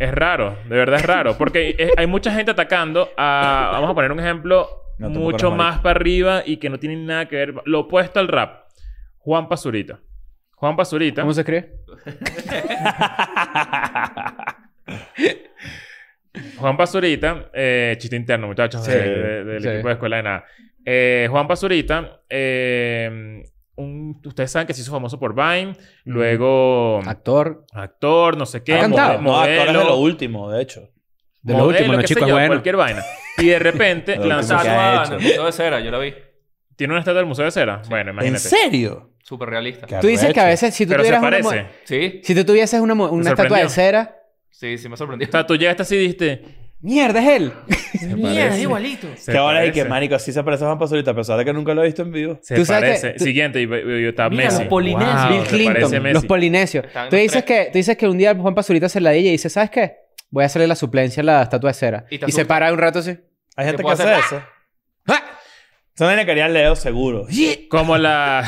S1: es raro. De verdad es raro. Porque es- hay mucha gente atacando a... Vamos a poner un ejemplo
S4: No, tampoco
S1: mucho
S4: eres marico.
S1: más para arriba y que no tienen nada que ver. Lo opuesto al rap. Juan Pazurita. Juan Pazurita.
S2: ¿Cómo se escribe?
S1: Juan Pazurita, eh, chiste interno, muchachos,
S4: Sí,
S1: de- de- del
S2: sí.
S1: equipo de escuela de nada. Eh, Juan Pazurita, eh, un- ustedes saben que se hizo famoso por
S2: Mm.
S1: Vine,
S2: Ah,
S1: luego
S2: Actor.
S1: actor, no sé qué,
S2: Ha
S1: mode-
S2: cantado.
S4: No, actores
S1: modelo,
S4: de lo último, de hecho.
S2: De lo
S1: modelo,
S2: último, los
S1: qué sé
S2: chicos,
S1: yo,
S2: bueno.
S1: cualquier vaina. Y de repente
S4: Lo último
S5: Lanzaba
S4: que
S1: lanzaba,
S4: ha
S5: en
S4: hecho.
S5: el Museo de Cera, yo la vi.
S1: tiene una estatua del Museo de Cera. Bueno, imagínate.
S4: ¿En serio?
S5: Súper realista.
S2: Tú dices que a
S4: Arrecho.
S2: veces si tú
S1: Pero se
S2: tuvieras una
S1: parece.
S2: mo-
S5: Sí,
S2: si tú tuvieses una, mo- una estatua
S1: sorprendió.
S2: de cera,
S5: sí, sí me
S1: O
S5: sorprendió.
S1: sea, tú llegaste así y dijiste...
S2: mierda es él.
S4: Se
S5: Mierda,
S4: parece.
S5: igualito.
S1: se
S4: Que ahora y que
S1: parece,
S4: marico, sí se parece a Juan Pazurita, a pesar de que nunca lo he visto en vivo.
S1: Se
S2: Tú sabes
S1: parece.
S2: que- tú-
S1: Siguiente, y, y- y está
S5: Mira,
S1: Messi.
S5: los polinesios.
S1: Wow,
S2: Bill
S1: se parece
S2: Clinton,
S1: Messi.
S2: los polinesios.
S5: Están
S2: Tú
S5: los
S2: dices,
S5: tres.
S2: que, tú dices que un día Juan Pasurita se la dilla y dice, ¿sabes qué? Voy a hacerle la suplencia a la estatua de cera.
S5: Y
S2: Y,
S5: te
S2: se
S5: asusta.
S2: para un rato así.
S4: Hay gente
S5: Te
S4: que
S5: puedo
S4: hace
S5: hacer-
S4: eso.
S1: Ah,
S4: Eso no le quería Leo, seguro.
S1: Como la...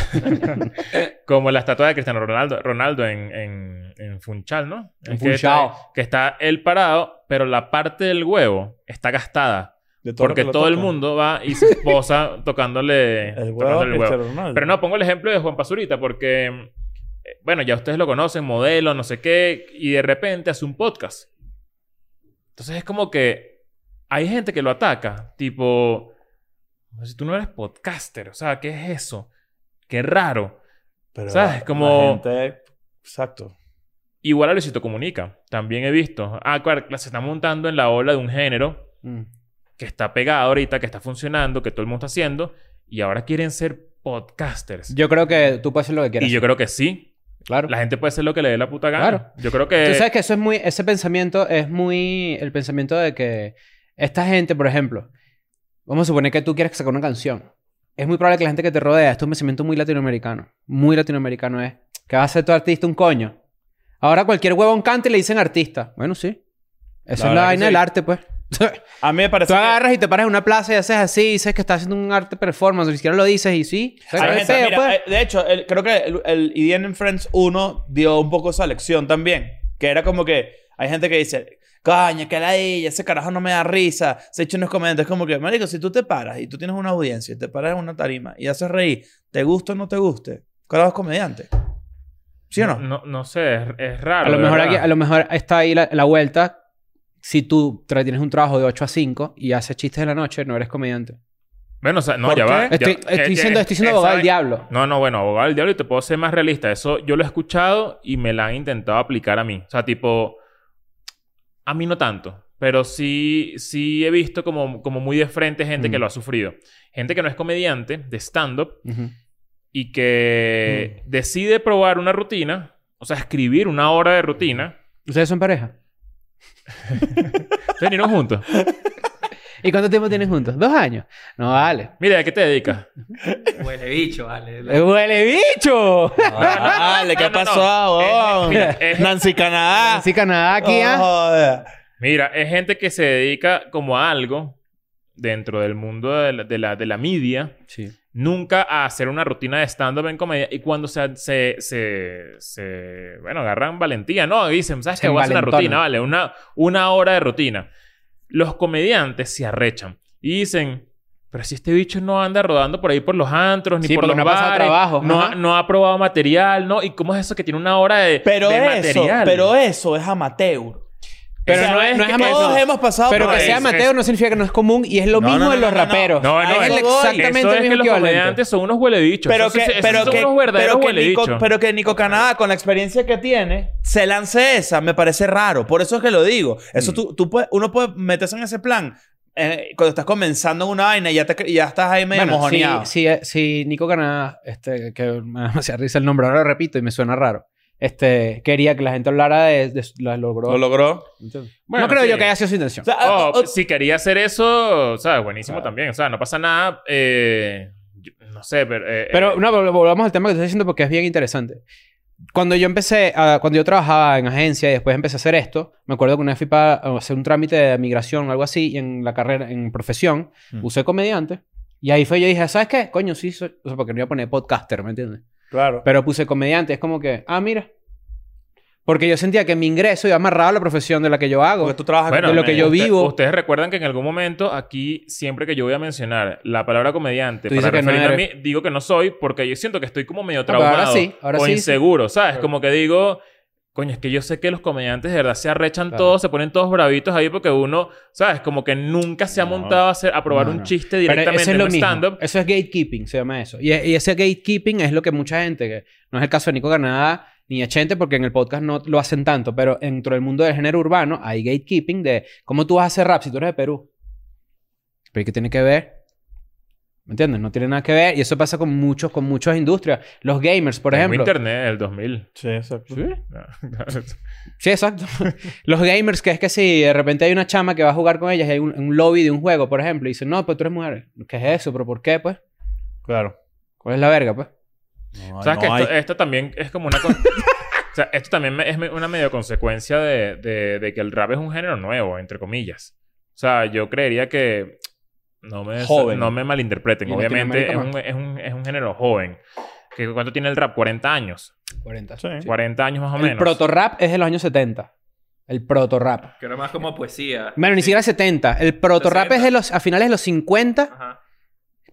S1: como la estatua de Cristiano Ronaldo, Ronaldo en, en, en Funchal, ¿no?
S2: En
S1: Es
S2: Funchal.
S1: Que está, que está él parado, pero la parte del huevo está gastada.
S4: De todo lo
S1: Porque
S4: que lo
S1: todo el
S4: toca.
S1: mundo va y se esposa tocándole
S4: El huevo,
S1: tocándole el huevo.
S4: Cristiano Ronaldo.
S1: Pero no, pongo el ejemplo de Juan Pazurita porque... eh, Bueno, ya ustedes lo conocen, modelo, no sé qué. Y de repente hace un podcast. Entonces es como que... Hay gente que lo ataca. Tipo... Si tú no eres podcaster. O sea, ¿qué es eso? Qué raro.
S4: Pero
S1: ¿sabes?
S4: la
S1: Como-
S4: gente- Exacto.
S1: Igual a Luisito Comunica. También he visto. Ah, claro, se está montando en la ola de un género
S2: Mm.
S1: que está pegado ahorita, que está funcionando, que todo el mundo está haciendo. Y ahora quieren ser podcasters.
S2: Yo creo que tú puedes hacer lo que quieras.
S1: y yo creo que sí.
S2: claro.
S1: La gente puede hacer lo que le dé la puta gana.
S2: Claro.
S1: Yo creo que...
S2: Tú
S4: Eh,
S2: sabes que eso es muy, ese pensamiento es muy el pensamiento de que esta gente, por ejemplo, vamos a suponer que tú quieres sacar una canción. Es muy probable que la gente que te rodea, esto es un pensamiento muy latinoamericano, muy latinoamericano es que vas a ser tu artista un coño. Ahora cualquier huevón canta y le dicen artista. Bueno, sí. Esa
S4: La
S2: es la
S4: verdad que
S2: vaina
S4: sí.
S2: del arte, pues.
S4: A mí me parece
S2: Tú
S4: que
S2: agarras y te paras en una plaza y haces así, y dices que estás haciendo un arte performance, ni siquiera lo dices y sí. O sea,
S4: Hay
S2: ¿cuál es
S4: gente-
S2: el pedo,
S4: mira,
S2: pues?
S4: eh, de hecho, el- creo que el, el EDN en Friends 1 dio un poco esa lección también. Que era como que hay gente que dice, coño, que la ese carajo no me da risa. Se echa unos comentarios. Es como que, marico, si tú te paras y tú tienes una audiencia y te paras en una tarima y haces reír, te guste o no te guste, carajo es comediante. ¿Sí o no?
S1: No, no sé, es, es raro.
S2: A lo,
S1: de
S2: mejor
S1: verdad.
S2: aquí- a lo mejor está ahí la, la vuelta. Si tú tra- tienes un trabajo de 8 a 5 y haces chistes de la noche, no eres comediante.
S1: Bueno, o sea, no,
S4: ¿Por
S1: ya
S4: qué?
S1: va. ya-
S2: Estoy,
S1: eh,
S2: estoy
S1: eh,
S2: siendo, estoy siendo
S1: esa vaina-
S2: abogado del diablo.
S1: No, no, bueno, abogado del diablo y te puedo ser más realista. Eso yo lo he escuchado y me la han intentado aplicar a mí. O sea, tipo, a mí no tanto, pero sí, sí he visto como, como muy de frente gente que
S2: Mm.
S1: lo ha sufrido. Gente que no es comediante de stand-up
S2: Ujú.
S1: y
S4: Mm.
S1: que decide probar una rutina, o sea, escribir una hora de rutina.
S2: ¿Ustedes son pareja?
S1: Ustedes vinieron juntos.
S2: ¿Y cuánto tiempo tienen juntos? ¿Dos años? No vale.
S1: Mira, ¿a qué te dedicas?
S5: Huele bicho, vale.
S2: ¡Eh, ¡Huele bicho!
S4: Dale, ¿qué
S1: No, no, no.
S4: pasó, huevón?
S1: mira, es-
S4: Eh, Nancy Canadá.
S2: Así Canadá aquí,
S4: Oh,
S2: ¿ah?
S4: joder.
S1: Mira, es gente que se dedica como a algo dentro del mundo de la, de la, de la media,
S2: Sí.
S1: nunca a hacer una rutina de stand-up en comedia. Y cuando se, se, se, se- bueno, agarran valentía, ¿no? Dicen, ¿sabes
S2: Se
S1: qué? Voy a hacer una
S2: envalentonan.
S1: rutina, vale, una, una hora de rutina. Los comediantes se arrechan y dicen, pero si este bicho no anda rodando por ahí por los antros, ni
S2: Sí,
S1: por
S2: porque
S1: los
S2: no ha pasado
S1: bares,
S2: trabajo.
S1: no, ha,
S2: Ajá.
S1: no ha probado material, ¿no? ¿Y cómo es eso que tiene una hora de,
S4: Pero
S1: de
S4: eso,
S1: material?
S4: pero eso es amateur.
S2: Pero
S4: O sea,
S2: no es- no es
S4: que
S2: amateur.
S4: Todos hemos pasado
S2: Pero
S4: por
S2: que
S1: pues, es-
S4: eso.
S2: sea Mateo
S1: es-
S2: no significa que no es común y es lo
S4: No,
S2: mismo
S4: no, no,
S2: en los
S4: no, no.
S2: raperos.
S1: No,
S2: Es
S1: no,
S2: el
S1: eso-
S2: exactamente
S1: eso
S2: el
S1: es que
S2: mismo
S1: los
S2: equivalente.
S1: comediantes son unos huelebichos.
S4: pero
S1: Esos sí-
S4: que,
S1: esos
S4: pero
S1: son
S4: que,
S1: unos verdaderos
S4: pero que
S1: huelebichos.
S4: Nico, pero que Nico Canadá, con la experiencia que tiene, se lance esa, me parece raro. Por eso es que lo digo. Eso
S1: Mm.
S4: tú, tú puedes, uno puede meterse en ese plan eh, cuando estás comenzando en una vaina y ya, te, y ya estás ahí medio
S2: Bueno, si,
S4: mojoneado.
S2: si, si Nico Canadá, este, que me hacía risa el nombre, ahora lo repito y me suena raro. Este, quería que la gente hablara de, de su- la logró.
S4: Lo logró.
S2: ¿Entiendes?
S1: Bueno,
S2: no creo
S1: sí.
S2: yo que haya sido su intención.
S4: O sea,
S1: Oh,
S4: o- o-
S1: si quería hacer eso, ¿sabes? Buenísimo
S4: Claro.
S1: también. O sea, no pasa nada. eh, yo- no sé, pero... eh,
S2: Pero
S1: eh,
S2: no, vol- volvamos al tema que te estoy diciendo porque es bien interesante. Cuando yo empecé, a- cuando yo trabajaba en agencia y después empecé a hacer esto, me acuerdo que una vez fui para hacer un trámite de migración o algo así y en la carrera, en profesión,
S4: Mm.
S2: usé comediante. Y ahí fue yo dije, ¿sabes qué? Coño, sí, soy... o sea, porque no iba a poner podcaster, ¿me entiendes?
S4: claro.
S2: Pero puse comediante, es como que, ah, mira. Porque yo sentía que mi ingreso iba amarrado a la profesión de la que yo hago.
S4: Porque tú trabajas
S1: Bueno,
S2: de lo que yo
S1: Usted-
S2: vivo.
S1: Ustedes recuerdan que en algún momento aquí, siempre que yo voy a mencionar la palabra comediante,
S2: Tú
S1: para
S2: dices que no
S1: referirme a
S2: eres.
S1: mí, digo que no soy porque yo siento que estoy como medio
S2: pero ahora
S1: traumado
S2: sí, ahora
S1: o
S2: sí, sí.
S1: inseguro, ¿sabes? Como que digo, coño, es que yo sé que los comediantes de verdad se arrechan
S2: Claro.
S1: todos, se ponen todos bravitos ahí porque uno, ¿sabes? Como que nunca se ha montado a, hacer, a probar
S2: No,
S1: un
S2: no.
S1: chiste
S2: Pero
S1: directamente
S2: eso es
S1: en
S2: lo
S1: un
S2: mismo.
S1: stand-up.
S2: Eso es gatekeeping, se llama eso. Y, y ese gatekeeping es lo que mucha gente, que no es el caso de Nico Granada ni de Chente, porque en el podcast no lo hacen tanto, pero dentro del mundo del género urbano hay gatekeeping de cómo tú vas a hacer rap si tú eres de Perú. Pero ¿y ¿qué tiene que ver? ¿Me entiendes? No tiene nada que ver. Y eso pasa con muchos, con muchas industrias. Los gamers, por
S1: Tengo
S2: ejemplo.
S1: internet del 2000.
S4: Sí, exacto.
S2: Sí.
S1: No.
S2: Sí, exacto. Los gamers, que es que si de repente hay una chama que va a jugar con ellas y hay un, un lobby de un juego, por ejemplo, y dicen, no, pues tú eres mujer. ¿Qué es eso? ¿Pero por qué, pues?
S4: Claro.
S2: ¿Cuál es la verga, pues?
S4: No,
S1: ¿Sabes
S4: no
S1: que esto,
S4: hay.
S1: esto también es como una... con- o sea, esto también me- es me- una medio consecuencia de, de- de que el rap es un género nuevo, entre comillas. O sea, yo creería que... No me,
S4: Joven.
S1: No me malinterpreten.
S2: Y
S1: Obviamente es un,
S2: Latinoamérica
S1: es, un, es un género joven. ¿Qué- ¿Cuánto tiene el rap? 40 años.
S2: 40.
S4: Sí.
S1: 40 años más o
S2: El
S1: menos.
S2: proto-rap es de los años 70. El proto-rap.
S5: Que era más como poesía.
S2: Bueno, ni
S5: Sí.
S2: siquiera 70. El proto-rap es de los, a finales de los 50,
S5: Ajá.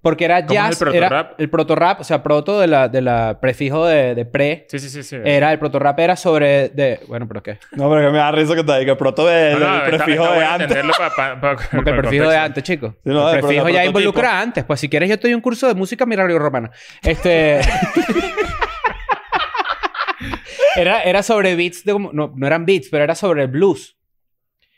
S2: porque era
S1: ¿Cómo es
S2: jazz.
S1: el proto-rap?
S2: era- el proto-rap, o sea, proto de la, de la prefijo de, de pre.
S1: Sí, sí, sí. sí.
S2: Era, el proto-rap era sobre... De, bueno, pero ¿qué?
S4: No, pero que me da risa que te diga proto de-
S1: No,
S4: del
S1: no, está-
S4: prefijo
S1: está
S4: de
S1: bueno
S4: antes.
S1: entenderlo pa- pa- pa-
S2: Como que
S1: para
S2: el
S1: el
S2: prefijo de
S1: contexto.
S2: antes, chicos.
S4: Sí, no,
S2: el
S4: pero
S2: prefijo
S4: la
S2: ya
S4: prototipo.
S2: involucra antes. Pues si quieres yo estoy en un curso de música mirario romana. Este... era, era sobre beats de como... No, no eran beats, pero era sobre blues.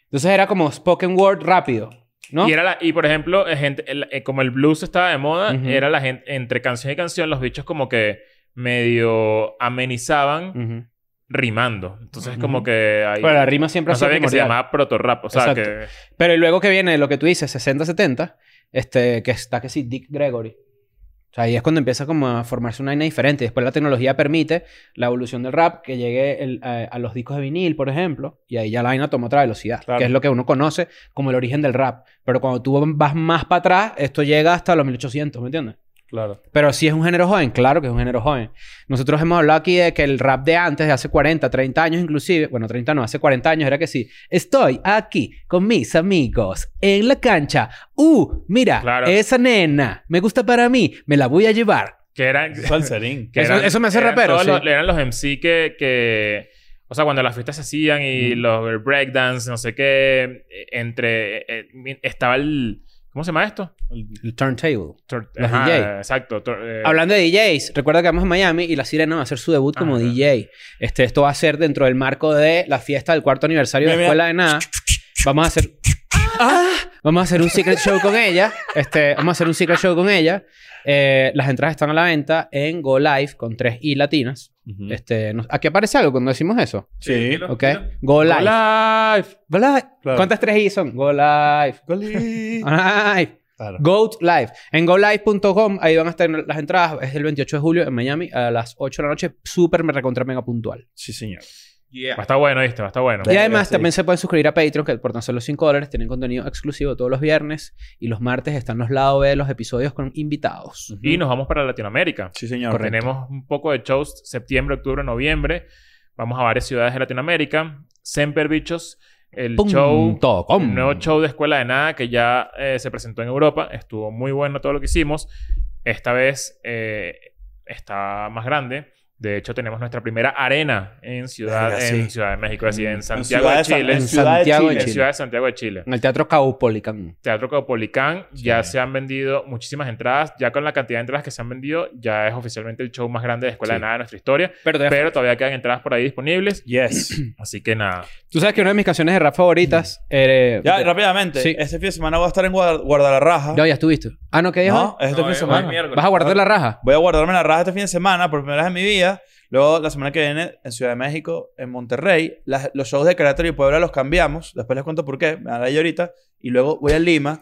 S2: Entonces era como spoken word rápido. ¿No?
S1: Y, era la- y por ejemplo, eh, gente, el- eh, como el blues estaba de moda,
S2: Ujú.
S1: era la gente, entre canción y canción, los bichos como que medio amenizaban
S2: Ujú.
S1: rimando. Entonces, como que ahí.
S2: Bueno, la rima siempre
S1: no
S2: ha sido
S1: sabía que se
S2: primordial.
S1: llamaba proto-rap. O sea,
S2: Exacto.
S1: que.
S2: Pero y luego que viene lo que tú dices, 60-70, este, que está que sí, Dick Gregory. O sea, ahí es cuando empieza como a formarse una vaina diferente. Después la tecnología permite la evolución del rap, que llegue el- a, a los discos de vinil, por ejemplo, y ahí ya la vaina toma otra velocidad,
S4: Claro.
S2: que es lo que uno conoce como el origen del rap. Pero cuando tú vas más para atrás, esto llega hasta los 1800, ¿me entiendes?
S4: Claro.
S2: Pero si es un género joven, claro que es un género joven. Nosotros hemos hablado aquí de que el rap de antes, de hace 40, 30 años inclusive, bueno, 30 no, hace 40 años era que sí, estoy aquí con mis amigos en la cancha. Uh, mira,
S1: Claro.
S2: esa nena me gusta para mí, me la voy a llevar.
S1: Que eran.
S4: Salserín.
S1: que
S2: Eso- eso me hace
S1: eran
S2: rapero,
S1: todos
S2: sí.
S1: los- eran los MC que. que o sea, cuando las fiestas se hacían y los el breakdance, no sé qué, eh, entre... eh, eh, estaba el... ¿Cómo se llama esto?
S2: El turntable.
S1: Tor-
S2: Los
S1: Ajá,
S2: DJ.
S1: Exacto. tor- eh,
S2: Hablando de DJs, recuerda que vamos a Miami y la Sirena va a hacer su debut como
S1: Ajá.
S2: DJ. Este, esto va a ser dentro del marco de la fiesta del cuarto aniversario de
S4: Mira,
S2: Escuela de Nada. Vamos a hacer. ¡Ah! Vamos a hacer un secret show con ella. Este, vamos a hacer un secret show con ella. Eh, las entradas están a la venta en Go Live con tres i latinas. Este, no- aquí aparece algo cuando decimos eso.
S4: Sí.
S5: Dilo,
S2: ¿Ok?
S5: dilo.
S2: Go
S1: Go
S2: Live.
S1: Live.
S2: Go Live.
S4: Claro.
S2: ¿Cuántas tres i son? Go Live.
S4: Golí.
S2: Live.
S4: Claro.
S2: Goat Live. En golive.com, ahí van a estar las entradas. Es el 28 de julio en Miami a las 8 de la noche. Súper, me recontra mega puntual.
S4: Sí, señor.
S5: Yeah.
S1: Va a estar bueno, ¿viste? Va a estar bueno.
S2: y
S4: Verga,
S2: además
S4: sí.
S2: también se pueden suscribir a Patreon, que por tan solo 5 dólares tienen contenido exclusivo todos los viernes. Y los martes están los lados B de los episodios con invitados.
S1: Y nos vamos para Latinoamérica.
S4: Sí, señor.
S2: Correcto.
S1: Tenemos un poco de shows septiembre, octubre, noviembre. Vamos a varias ciudades de Latinoamérica. Semper Bichos, el show,
S2: Punto com.
S1: el nuevo show de Escuela de Nada que ya eh, se presentó en Europa. Estuvo muy bueno todo lo que hicimos. Esta vez eh, está más grande. De hecho, tenemos nuestra primera arena en Ciudad,
S4: Verga,
S1: en
S4: sí.
S1: Ciudad de México, es decir, en Santiago
S4: Ciudad
S1: de
S4: de San-
S1: Chile.
S2: en
S4: en Ciudad de
S2: Santiago de
S4: Chile.
S1: En
S2: Chile.
S1: Ciudad de Santiago de Chile.
S2: En el Teatro Caupolicán.
S1: Teatro Caupolicán
S4: Sí.
S1: ya se han vendido muchísimas entradas. Ya con la cantidad de entradas que se han vendido, ya es oficialmente el show más grande de Escuela de
S4: Sí.
S1: Nada de nuestra historia.
S2: Pero, todavía-
S1: Pero todavía quedan entradas por ahí disponibles.
S4: Yes.
S1: Así que nada.
S2: tú sabes que una de mis canciones de rap favoritas. eh,
S4: ya,
S2: de-
S4: rápidamente.
S2: Sí.
S4: Este fin de semana voy a estar en Guadal- Guadalajara.
S2: No, ya estuviste. Ah, no, ¿qué dijo?
S4: No, es este
S5: No,
S4: fin de
S5: es-
S4: semana.
S5: es miércoles.
S2: ¿Vas a guardar la raja?
S4: Voy a guardarme la raja este fin de semana por primera vez en mi vida. Luego, la semana que viene, en Ciudad de México, en Monterrey. Las- los shows de Querétaro y Puebla los cambiamos. Después les cuento por qué. Me haré yo ahorita. Y luego voy a Lima.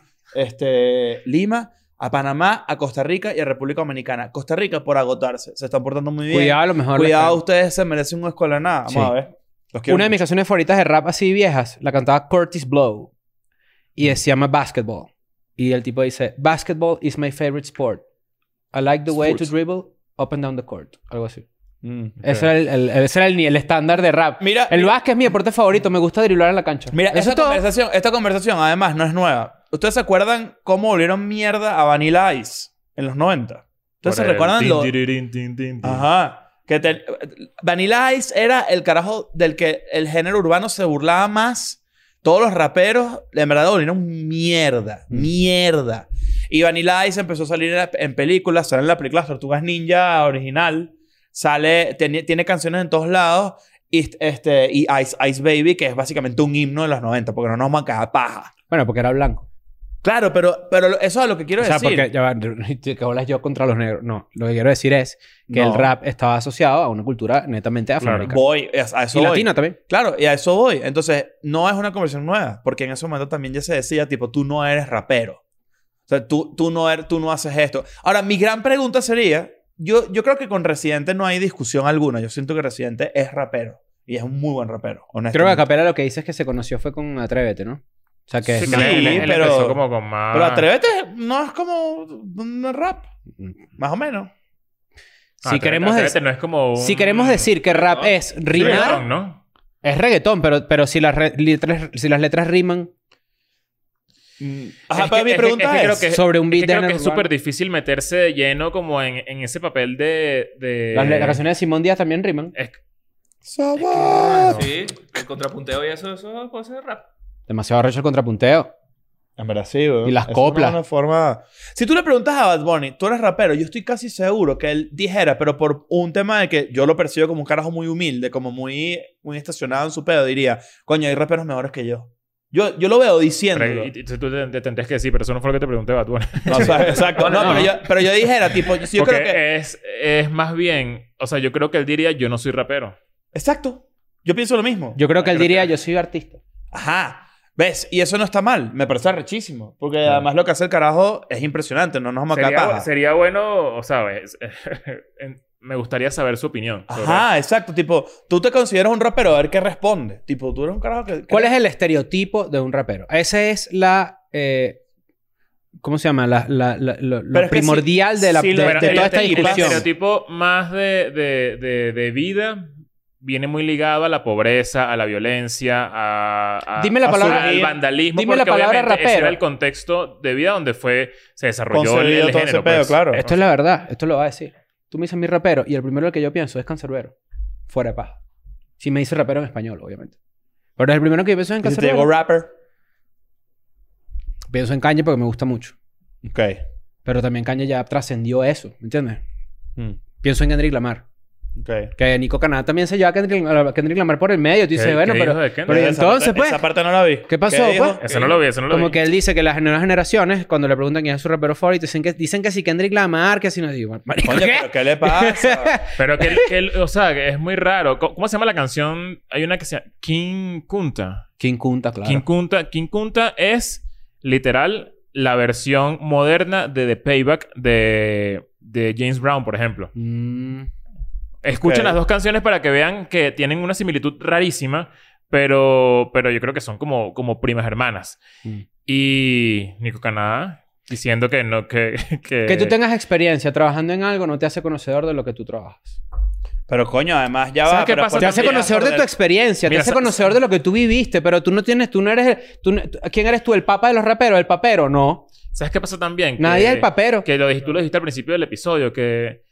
S4: Este, Lima, a Panamá, a Costa Rica y a República Dominicana. Costa Rica por agotarse. Se están portando muy bien.
S2: Cuidado, a lo mejor. la-
S4: Cuidado, ustedes se merecen una escuela de nada. Vamos
S2: Sí.
S4: a ver. Los quiero
S2: Una de mis
S4: mucho.
S2: canciones favoritas de rap así viejas la cantaba Curtis Blow
S4: Mm.
S2: y se llama Basketball. Y el tipo dice, Basketball is my favorite sport. I like the way to
S4: Sports. Mm,
S2: dribble up and down the court. Algo así. Ese era el, el- el- ese era el, ni- el estándar de rap.
S4: Mira-
S2: el básquet es mi deporte favorito. Me gusta driblar en la cancha.
S4: Mira,
S2: eso
S4: esta
S2: es todo.
S4: conversación, esta conversación además no es nueva. ¿Ustedes se acuerdan cómo volvieron mierda a Vanilla Ice en los 90? ¿Ustedes se recuerdan lo... Ajá. Que te- Vanilla Ice era el carajo del que el género urbano se burlaba más. Todos los raperos, en verdad, volvieron mierda.
S2: Mm.
S4: Mierda. Y Vanilla Ice empezó a salir en, la- en películas. Sale en la película Las Tortugas Ninja original. Sale... tiene- tiene canciones en todos lados. Y, este, y Ice, Ice Baby, que es básicamente un himno de los 90, porque no nos mancaba paja.
S2: Bueno, porque era blanco.
S4: Claro, pero, pero eso es lo que quiero
S2: O sea,
S4: decir.
S2: porque ya va, que bolas yo contra los negros. No, lo que quiero decir es que
S4: No.
S2: el rap estaba asociado a una cultura netamente afroamericana.
S4: Voy, a, a eso
S2: Y
S4: voy.
S2: latina también.
S4: Claro, y a eso voy. Entonces, no es una conversión nueva, porque en ese momento también ya se decía, tipo, tú no eres rapero. O sea, tú, tú, no, eres, tú no haces esto. Ahora, mi gran pregunta sería, yo, yo creo que con Residente no hay discusión alguna. Yo siento que Residente es rapero. Y es un muy buen rapero,
S2: Creo que
S4: honestamente.
S2: Acapela lo que dice es que se conoció fue con Atrévete, ¿no? O sea, que es
S1: Sí,
S2: más-
S4: Sí, pero-
S1: pero... como con más... Ah,
S4: Pero Atrévete no es como un rap,
S1: Mm.
S4: más o menos.
S1: Ah,
S2: si
S1: Atrévete-
S2: queremos
S1: Atrévete
S2: decir-
S1: no es como un-
S2: Si queremos decir que rap
S5: ¿no?
S2: es
S1: Sí,
S2: rimar,
S1: perdón, ¿no?
S2: es reggaetón, pero, pero si, las re- letras, si las letras riman
S4: Ajá,
S1: Es
S4: pero
S1: que-
S4: mi
S1: es que-
S4: pregunta
S1: es que creo
S4: es-
S1: que-
S2: sobre un
S1: Es
S2: beat
S1: que
S2: de
S1: creo que
S2: género
S1: es
S2: urbano.
S1: súper difícil meterse de lleno como en, en ese papel de... de...
S2: Las, le- las canciones de Simón Díaz también riman.
S1: Es-
S4: Sabor.
S5: Sí, el contrapunteo y eso, eso puede ser rap.
S2: Demasiado arrecho el contrapunteo.
S4: En verdad, sí, weón.
S2: Y las
S4: Eso
S2: coplas.
S4: no es una forma... Si tú le preguntas a Bad Bunny, tú eres rapero, yo estoy casi seguro que él dijera, pero por un tema de que yo lo percibo como un carajo muy humilde, como muy, muy estacionado en su pedo, diría, coño, hay raperos mejores que yo. Yo, yo lo veo diciendo.
S1: pero- y- y tú te, te tendrías que decir, pero eso no fue lo que te pregunté, Bad Bunny.
S4: exacto. No,
S2: No,
S4: pero,
S2: no.
S4: yo, pero yo dijera, tipo, yo yo
S1: Porque eh,
S4: creo que...
S1: es, es más bien... O sea, yo creo que él diría, yo no soy rapero.
S4: Exacto. Yo pienso lo mismo.
S2: Yo creo que él diría, yo soy artista.
S4: Ajá. ¿Ves? Y eso no está mal. Me parece rechísimo. Porque además lo que hace el carajo es impresionante. No nos vamos a quedar
S1: Sería,
S4: paja.
S1: sería bueno, o sea, es- en- me gustaría saber su opinión. sobre-
S4: Ajá, exacto. Tipo, tú te consideras un rapero, a ver qué responde. Tipo, tú eres un carajo que... que-
S2: ¿Cuál es el estereotipo de un rapero? Esa es la... eh, ¿Cómo se llama? La- la- la- lo lo
S4: Pero es que
S2: primordial
S4: si-
S2: de, la,
S4: si lo
S2: de- de toda esta
S4: estereotipas-
S1: El
S2: discusión.
S1: estereotipo más de, de- de- de vida viene muy ligado a la pobreza, a la violencia, a, a-
S2: Dime la
S1: a-
S2: palabra-
S1: al vandalismo.
S2: dime la
S1: porque
S2: palabra
S1: obviamente Ese
S2: rapero.
S1: era el contexto de vida donde fue se desarrolló el,
S4: Concebido
S1: el
S4: todo
S1: género.
S4: ese pedo,
S1: pues.
S4: claro.
S2: Esto es la verdad. Esto lo va a decir. Tú me dices mi rapero y el primero que yo pienso es cancerbero. Fuera de paja. Si me dice rapero en español, obviamente. Pero el primero que yo pienso es en
S4: que se te llegó
S2: cancerbero.
S4: rapper.
S2: Pienso en Kanye porque me gusta mucho.
S4: Ok.
S2: Pero también Kanye ya trascendió eso, ¿me entiendes?
S4: Mm.
S2: Pienso en Kendrick Lamar.
S4: Ok.
S2: Que Nico Canadá también se lleva a Kendrick, a Kendrick Lamar por el medio. Tú
S1: ¿Qué-
S2: dices,
S1: qué
S2: bueno,
S1: dijo
S2: pero...
S1: de Kendrick?
S2: pero ¿y
S4: Esa parte-
S2: entonces, pues?
S4: Esa parte no la vi.
S2: ¿Qué pasó,
S4: dijo?
S2: pues?
S1: Eso no lo vi, eso no lo
S2: Como
S1: vi.
S2: que él dice que las nuevas generaciones, cuando le preguntan quién es su rapero favorito, dicen que, dicen que si Kendrick Lamar, que si no digo, marico,
S4: Coño,
S2: ¿qué?
S4: ¿pero ¿qué le pasa?
S1: Pero que, él- que él- o sea, que es muy raro. Co- ¿Cómo se llama la canción? Hay una que se llama King Kunta.
S2: King Kunta, claro.
S1: King Kunta, King Kunta es literal la versión moderna de The Payback de, de James Brown, por ejemplo.
S2: Mm.
S1: Escuchen
S4: Ok.
S1: las dos canciones para que vean que tienen una similitud rarísima, pero, pero yo creo que son como, como primas hermanas.
S2: Mm.
S1: Y Nico Canadá diciendo que no, que. Que,
S2: Que tú tengas experiencia trabajando en algo no te hace conocedor de lo que tú trabajas.
S4: pero coño, además ya
S1: ¿Sabes
S4: va.
S1: qué
S4: pero
S1: pasa?
S4: ¿por
S2: Te
S1: Te
S2: hace
S1: mira,
S2: conocedor de tu experiencia,
S1: mira,
S2: te hace
S1: sa-
S2: conocedor de lo que tú viviste, pero tú no tienes, tú no eres, el- tú, no- tú- ¿quién eres tú? ¿El papa de los raperos? ¿El papero? No.
S1: ¿Sabes qué pasa también? Que-
S2: Nadie es el papero.
S1: Que lo dijiste, tú lo dijiste al principio del episodio, que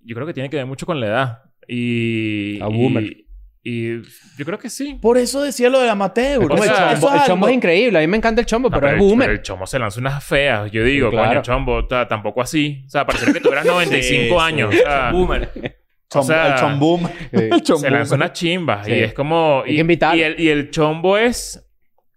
S1: yo creo que tiene que ver mucho con la edad. Y.
S2: A boomer.
S1: Y, y yo creo que sí.
S4: Por eso decía lo de amateur.
S1: Pero
S2: Como
S4: o
S2: el,
S1: sea,
S4: sea,
S2: chombo,
S4: eso es
S2: el chombo
S4: algo.
S2: es increíble. A mí me encanta el chombo,
S1: No,
S2: pero,
S1: el-
S2: es boomer.
S1: Ah, pero el chombo se lanza unas feas. Yo digo,
S2: Sí, claro.
S1: coño, chombo, o sea, tampoco así. O sea, pareciera que tuvieras 95
S4: Sí, sí.
S1: años. o sea,
S5: Boomer.
S1: o sea,
S4: el chombum. El chombum.
S1: se lanza unas chimbas.
S2: Sí.
S1: Y es como...
S2: Hay
S1: Y,
S2: que invitarlo.
S1: y el, y el chombo es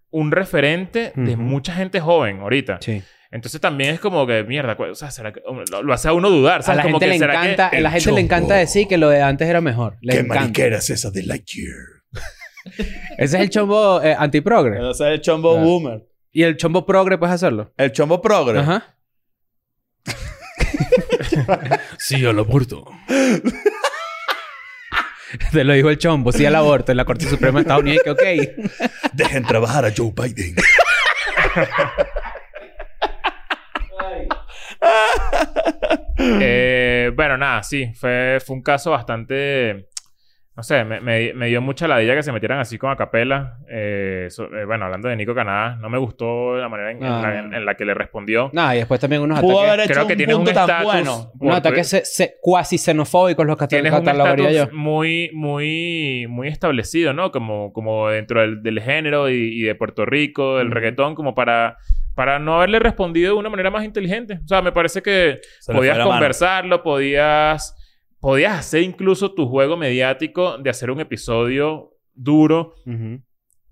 S1: un referente de
S2: Ujú.
S1: mucha gente joven ahorita.
S2: Sí.
S1: Entonces también es como que, mierda, cu- o sea, será que- lo, lo hace a uno dudar.
S2: A
S1: ¿sabes?
S2: la
S1: como
S2: gente
S1: que,
S2: le
S1: ¿será que-
S2: encanta, a la
S3: el
S2: gente le encanta
S3: chombo?
S2: decir que lo de antes era mejor. Le
S3: ¿Qué
S2: encanta.
S3: mariquera es esa de Lightyear?
S2: Ese es el chombo eh, antiprogre.
S4: Entonces el chombo
S2: Claro.
S4: boomer.
S2: Y el chombo progre puedes hacerlo.
S4: El chombo progre.
S2: Ajá.
S3: Sí, al aborto.
S2: Te lo dijo el chombo, sí al aborto en la Corte Suprema de Estados Unidos. Que, ok.
S3: Dejen trabajar a Joe Biden.
S1: Eh, bueno, nada, sí. Fue, fue un caso bastante... No sé, me, me- me dio mucha ladilla que se metieran así con Acapela. Eh, so- eh, bueno, hablando de Nico Canadá, no me gustó la manera en, en
S2: Ah.
S1: la, en- en la que le respondió.
S2: Nada, y después también unos
S4: Pudo
S2: ataques.
S4: haber hecho
S1: Creo que
S4: un
S1: tienes un
S4: punto tan
S1: estatus...
S4: bueno.
S1: por-
S2: Unos ataques se- se- cuasi xenofóbicos los cata-
S1: tienes un
S2: catalogaría yo.
S1: estatus muy, muy, muy establecido, ¿no? Como, como dentro del, del género y, y de Puerto Rico, del
S2: Ujú.
S1: reggaetón, como para, para no haberle respondido de una manera más inteligente. O sea, me parece que
S4: Se le fue
S1: podías
S4: la mano.
S1: conversarlo, podías, podías hacer incluso tu juego mediático de hacer un episodio duro
S2: Ujú.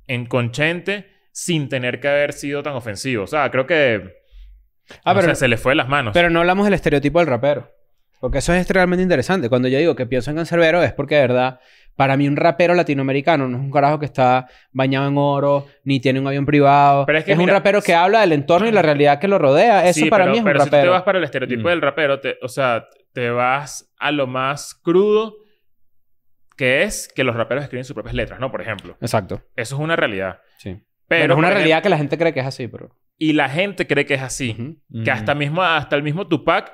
S1: en Conchente sin tener que haber sido tan ofensivo. O sea, creo que
S2: Ah,
S1: no
S2: pero,
S1: sé, se le fue de las manos.
S2: pero no hablamos del estereotipo del rapero. Porque eso es realmente interesante. Cuando yo digo que pienso en Cancerbero es porque de verdad, para mí un rapero latinoamericano no es un carajo que está bañado en oro, ni tiene un avión privado.
S1: Pero es
S2: es
S1: que,
S2: un
S1: mira,
S2: rapero que habla del entorno y la realidad que lo rodea. Eso
S1: Sí,
S2: para
S1: pero,
S2: mí es
S1: pero
S2: un
S1: si tú te
S2: rapero.
S1: vas para el estereotipo
S2: Mm.
S1: del rapero, te- o sea, te vas a lo más crudo que es que los raperos escriben sus propias letras, ¿no? Por ejemplo.
S2: Exacto.
S1: Eso es una realidad.
S2: Sí.
S1: Pero
S2: Bueno, es una
S1: por
S2: realidad que la gente cree que es así, pero.
S1: ejemplo, y la gente cree que es así.
S2: Ujú.
S1: Que hasta, mismo, hasta el mismo Tupac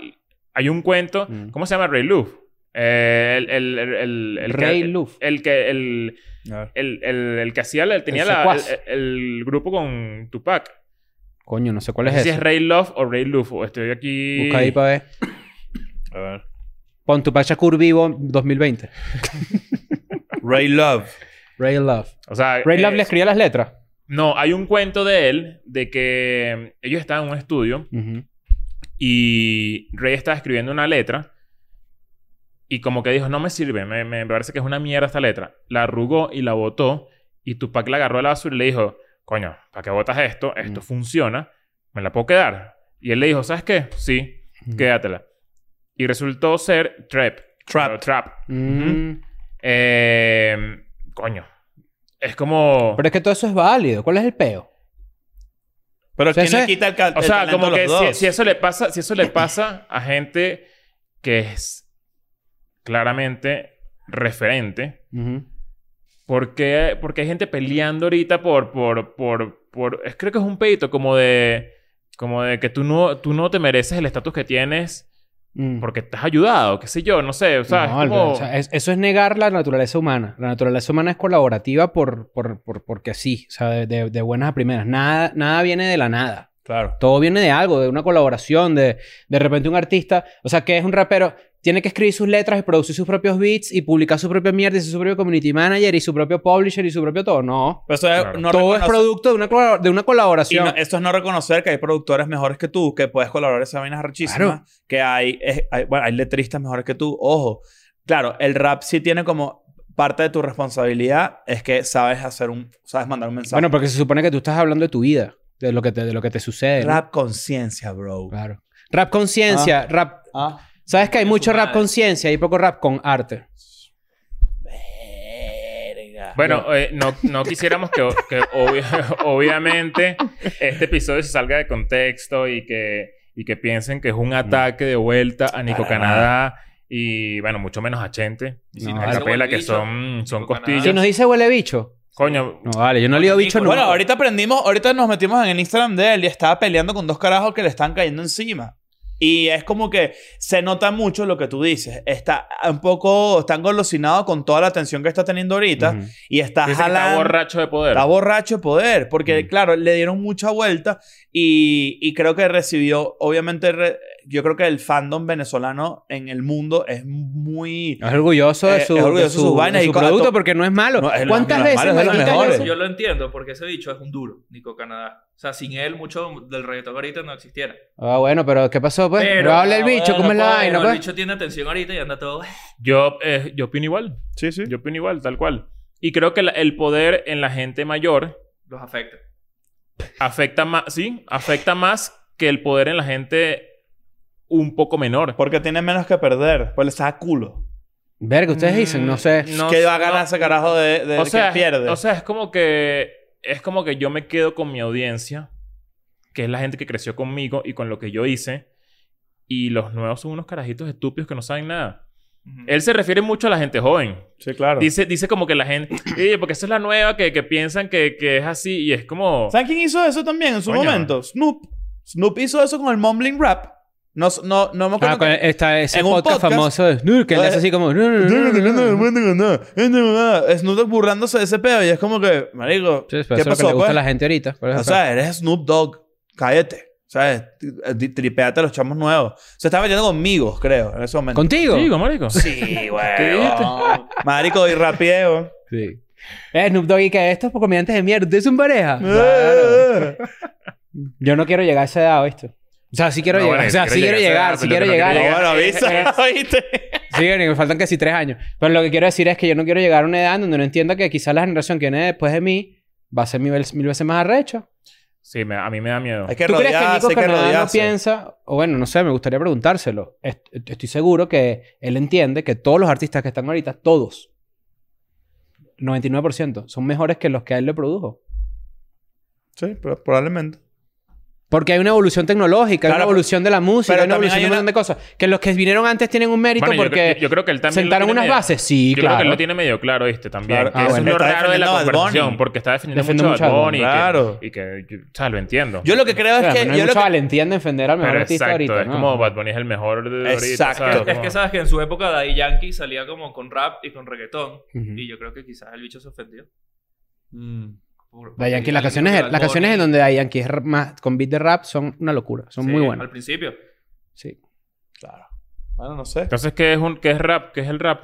S1: hay un cuento...
S2: Mm.
S1: ¿Cómo se llama? Ray Love. Eh, el, el, el, el, el que-
S2: Ray Love.
S1: El que... El,
S4: A ver.
S1: el, el- el que hacía... la- tenía
S2: El
S1: la-
S2: secuaz.
S1: el, el grupo con Tupac.
S2: Coño, no sé cuál
S1: No
S2: es
S1: sé si
S2: ese.
S1: es Ray Love o Ray Love. O Estoy aquí...
S2: Busca ahí para ver.
S4: A ver.
S2: Pon tu Shakur vivo 2020.
S4: Ray Love.
S2: Ray Love.
S1: O sea,
S2: Ray
S1: eh,
S2: Love le escribía las letras.
S1: No, hay un cuento de él de que mm, ellos estaban en un estudio y Rey estaba escribiendo una letra y como que dijo, no me sirve, me, me parece que es una mierda esta letra. La arrugó y la botó y Tupac la agarró a la basura y le dijo, coño, ¿para qué botas esto? Esto
S2: Mm.
S1: funciona, me la puedo quedar. Y él le dijo, ¿sabes qué? Sí,
S2: Mm.
S1: quédatela. Y resultó ser Trap.
S4: Trap.
S1: Trap. Eh, coño. Es como...
S2: Pero es que todo eso es válido. ¿Cuál es el peo?
S4: Pero
S2: O sea,
S4: ¿quién le
S2: ese-
S4: quita el, cal-
S1: O
S4: el
S1: sea,
S4: talento
S1: como
S4: a
S1: que
S4: los
S1: si,
S4: dos?
S1: si eso le pasa, si eso le pasa a gente que es claramente referente, ¿por qué, por qué hay gente peleando ahorita por, por, por, por- es- creo que es un pedito como de, como de que tú no, tú no te mereces el estatus que tienes
S2: Mm.
S1: porque te has ayudado, qué sé yo, no sé, o sea,
S2: No,
S1: es como,
S2: o sea, es- eso es negar la naturaleza humana. La naturaleza humana es colaborativa por, por, por- porque sí, o sea, de, de- de buenas a primeras. Nada, nada viene de la nada.
S4: Claro.
S2: Todo viene de algo, de una colaboración, de de repente un artista, o sea, que es un rapero, tiene que escribir sus letras y producir sus propios beats y publicar su propia mierda y ser su propio community manager y su propio publisher y su propio todo. No.
S4: Pero Pues eso es
S1: Claro.
S4: no
S2: todo es
S4: reconocer-
S2: producto de una, colab- de una
S4: Y
S2: colaboración.
S4: no- esto es no reconocer que hay productores mejores que tú, que puedes colaborar esas vainas arrechísimas,
S2: Claro.
S4: que hay, es- hay- bueno, hay letristas mejores que tú. Ojo, claro, el rap sí tiene como parte de tu responsabilidad es que sabes hacer un, sabes mandar un mensaje.
S2: bueno, porque se supone que tú estás hablando de tu vida, de lo que te, de lo que te sucede. ¿no?
S4: rap conciencia, bro.
S2: Claro. Rap conciencia, rap.
S4: Ah.
S2: Sabes que hay
S5: Su
S2: mucho rap
S5: madre.
S2: conciencia y poco rap con arte.
S4: Verga.
S1: bueno, eh, no, no quisiéramos que, que obvia- obviamente este episodio se salga de contexto y que, y que piensen que es un ataque de vuelta a Nico
S4: Para
S1: Canadá y, bueno, mucho menos a Chente. Y
S2: No,
S1: sin
S2: vale.
S1: Capela, que
S5: Bicho.
S1: son, son
S5: Nico Canadá.
S1: costillas.
S2: Si nos dice huele bicho.
S1: Coño,
S2: No, vale, yo no le digo bicho
S5: Bueno,
S2: nunca.
S4: Bueno, ahorita aprendimos, ahorita nos metimos en el Instagram de él y estaba peleando con dos carajos que le están cayendo encima. Y es como que se nota mucho lo que tú dices. Está un poco, está engolosinado con toda la atención que está teniendo ahorita
S2: Ujú.
S4: y
S1: dicen
S4: está
S1: que está
S4: jalando.
S1: borracho de poder.
S4: Está borracho de poder, porque
S2: Mm.
S4: claro, le dieron mucha vuelta y, y creo que recibió, obviamente, re- yo creo que el fandom venezolano en el mundo es muy...
S2: Es orgulloso de
S4: Eh,
S2: su,
S4: es orgulloso
S2: de su,
S4: de sus vainas
S2: de
S4: y
S2: su
S4: con-
S2: producto porque no es malo.
S4: No, es lo-
S2: ¿Cuántas
S4: no es
S2: veces
S4: malo, es de los
S2: Mariquita,
S4: mejores.
S2: yo-
S5: Yo lo entiendo, porque ese bicho es un duro, Nico Canadá. O sea, sin él, mucho del reggaetón ahorita no existiera.
S2: Ah, bueno, pero ¿qué pasó? Pues,
S5: Pero-
S2: pero habla el bicho,
S4: bueno,
S2: ¿cómo es la
S4: pues,
S2: vaina?
S5: Pero el
S2: Pues?
S5: bicho tiene atención ahorita y anda todo.
S1: Yo, eh, yo opino igual.
S4: Sí, sí.
S1: Yo opino igual, tal cual. Y creo que la- el poder en la gente mayor
S5: Los afecta.
S1: afecta más, sí, afecta más que el poder en la gente un poco menor.
S4: Porque tiene menos que perder, pues le saca culo.
S2: Verga,
S4: Mm.
S2: ustedes dicen, Mm, no sé.
S1: No
S4: que va a
S1: sé,
S4: ganar
S1: no-
S4: ese carajo de, de-
S1: o sea,
S4: que pierde.
S1: O sea, es como que es como que yo me quedo con mi audiencia, que es la gente que creció conmigo y con lo que yo hice, y los nuevos son unos carajitos estúpidos que no saben nada.
S5: Ujú.
S1: Él se refiere mucho a la gente joven.
S4: sí, claro.
S1: Dice, dice como que la gente, "Eh, porque esa es la nueva que, que piensan que, que es así y es como
S4: ¿Saben quién hizo eso también en su
S1: Coño.
S4: momento? Snoop. Snoop hizo eso con el mumbling rap. No, no, pues no me acuerdo.
S2: Ah, con-
S4: que-
S2: está ese
S4: en un
S2: podcast,
S4: podcast-
S2: famoso de Snurk, que le hace así como...
S4: Snoop Dogg burlándose de ese pedo y es como que, marico,
S2: Sí,
S4: ¿qué
S2: pero eso es lo que le
S4: pasó?
S2: gusta
S4: pues?
S2: a la gente ahorita. ¿Cuál es el
S4: O sea, eres Snoop Dogg, cállate. ¿Sabes? Tripeate a los chamos nuevos. Se estaba metiendo conmigo, creo, en ese
S2: pedo?
S4: momento.
S2: ¿Contigo?
S1: Digo, marico.
S4: Sí, güey. marico, y rapieo.
S2: Sí. Eh, Snoop Doggy, que estos comediantes de mierda, ¿ustedes son pareja?
S4: Eh.
S2: Yo no quiero llegar a esa edad, ¿viste? O sea, sí quiero
S1: No,
S2: llegar.
S1: bueno,
S2: o sea,
S1: quiero
S2: sí quiero
S1: llegar a
S2: llegar,
S1: esa
S2: sí
S1: edad,
S2: quiero
S1: pero no
S2: llegar.
S1: quiero
S4: bueno,
S2: Eh,
S4: avisa, ¿oíste?
S2: Sí, que me faltan casi tres años. Pero lo que quiero decir es que yo no quiero llegar a una edad en donde no entienda que quizás la generación que viene después de mí va a ser mil, veces- mil veces más arrecha.
S1: Sí, me- a mí me da miedo.
S4: Hay que
S2: ¿Tú crees que Nico
S4: rodearse, hay que
S2: Canadá no
S4: rodearse.
S2: piensa? O bueno, no sé, me gustaría preguntárselo. Est- Estoy seguro que él entiende que todos los artistas que están ahorita, todos, 99%, son mejores que los que a él le produjo.
S4: Sí, pero probablemente.
S2: Porque hay una evolución tecnológica, hay una
S4: Claro,
S2: evolución de la música,
S4: pero
S2: hay una
S4: también
S2: evolución
S4: hay
S2: de un
S4: una-
S2: montón de cosas. Que los que vinieron antes tienen un mérito
S1: Bueno, yo
S2: porque
S1: creo- yo, creo que él también. lo
S2: sentaron
S1: tiene
S2: unas
S1: medio-
S2: bases. Sí,
S1: Yo creo
S2: claro.
S1: que él lo tiene medio claro, ¿viste? También.
S4: Claro,
S1: que
S2: ah,
S1: eso
S2: bueno.
S1: es lo
S4: Está
S1: raro de la
S4: defendiendo a Bad
S1: conversación,
S4: Bunny.
S1: porque está defendiendo
S2: Defiende
S1: mucho
S2: mucho
S1: a
S2: a
S1: Bad
S2: Bad
S1: Bunny. y que-
S4: claro.
S1: Y que, yo- o sea, lo entiendo.
S4: Yo lo que creo es
S2: Claro,
S4: que.
S2: no hay
S4: yo lo
S2: mucho
S4: que-
S2: valentía en defender al mejor
S1: pero
S2: artista
S1: exacto,
S2: ahorita,
S1: es
S2: ¿no?
S1: como Bad Bunny es el mejor de ahorita.
S4: Exacto.
S1: ¿sabes?
S4: Es
S5: Es que sabes que en su época Daddy Yankee salía como con rap y con reggaetón.
S2: Ujú.
S5: Y yo creo que quizás el bicho se ofendió. Por-
S2: Daddy Yankee,
S5: porque
S2: las
S5: al-
S2: canciones,
S5: porque Bad
S2: las canciones
S5: Bunny-
S2: en donde Daddy Yankee es r- más con beat de rap son una locura, son
S5: Sí,
S2: muy
S5: Al
S2: buenas.
S5: principio.
S2: Sí.
S4: Claro. Bueno, no sé.
S1: Entonces, ¿qué es, un, ¿qué es rap? ¿Qué es el rap?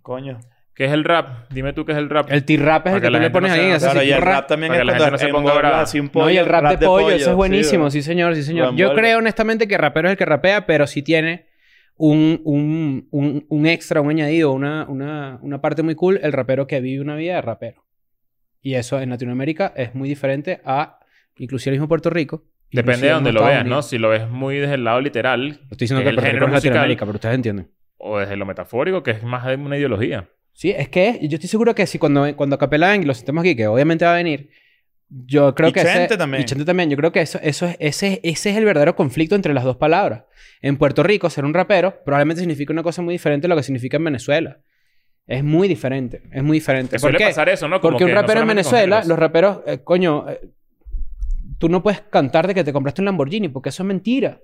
S4: Coño.
S1: ¿Qué es el rap? Dime tú qué es el rap.
S2: El T-rap es
S1: Para
S2: el
S1: que
S2: que
S1: la
S2: tú le
S1: gente no
S2: pones a
S1: se-
S2: alguien y haces
S4: Claro,
S2: así,
S4: y el
S2: ra-
S4: rap también
S1: para que
S4: es
S1: la
S4: cuando
S1: gente no se
S4: en
S1: ponga
S4: bola,
S1: brava.
S4: así un
S2: No, y el rap, de, pollo, eso es
S4: sí,
S2: buenísimo,
S4: bro.
S2: sí, señor, sí señor.
S4: Lo
S2: Yo
S4: envuelve.
S2: creo honestamente que rapero es el que rapea, pero sí tiene un, un, un, un extra, un añadido, una, una, una parte muy cool, el rapero que vive una vida de rapero. Y eso en Latinoamérica es muy diferente a inclusive el mismo Puerto Rico.
S1: Depende
S2: inclusive
S1: de
S2: el
S1: donde
S2: mismo
S1: lo
S2: Estados
S1: veas, ¿no?
S2: Unidos.
S1: Si lo ves muy desde el lado literal
S2: No estoy diciendo que
S1: El
S2: Puerto Rico
S1: género
S2: es
S1: musical.
S2: Latinoamérica, pero ustedes entienden.
S1: o desde lo metafórico, que es más de una ideología.
S2: Sí, es que yo estoy seguro que si cuando, cuando Capelán y los sistemas aquí, que obviamente va a venir, yo creo
S4: Y
S2: que...
S4: Chente
S2: ese,
S4: también.
S2: Y Chente también. Yo creo que eso, eso es, ese, ese es el verdadero conflicto entre las dos palabras. En Puerto Rico, ser un rapero probablemente significa una cosa muy diferente a lo que significa en Venezuela. Es muy diferente. Es muy diferente.
S1: Que
S2: ¿Por
S1: suele
S2: qué?
S1: pasar eso, ¿no? Como
S2: Porque un
S1: que no
S2: rapero en
S1: solamente con
S2: Venezuela,
S1: géneros.
S2: los raperos, eh, coño, eh, tú no puedes cantar de que te compraste un Lamborghini porque eso es mentira.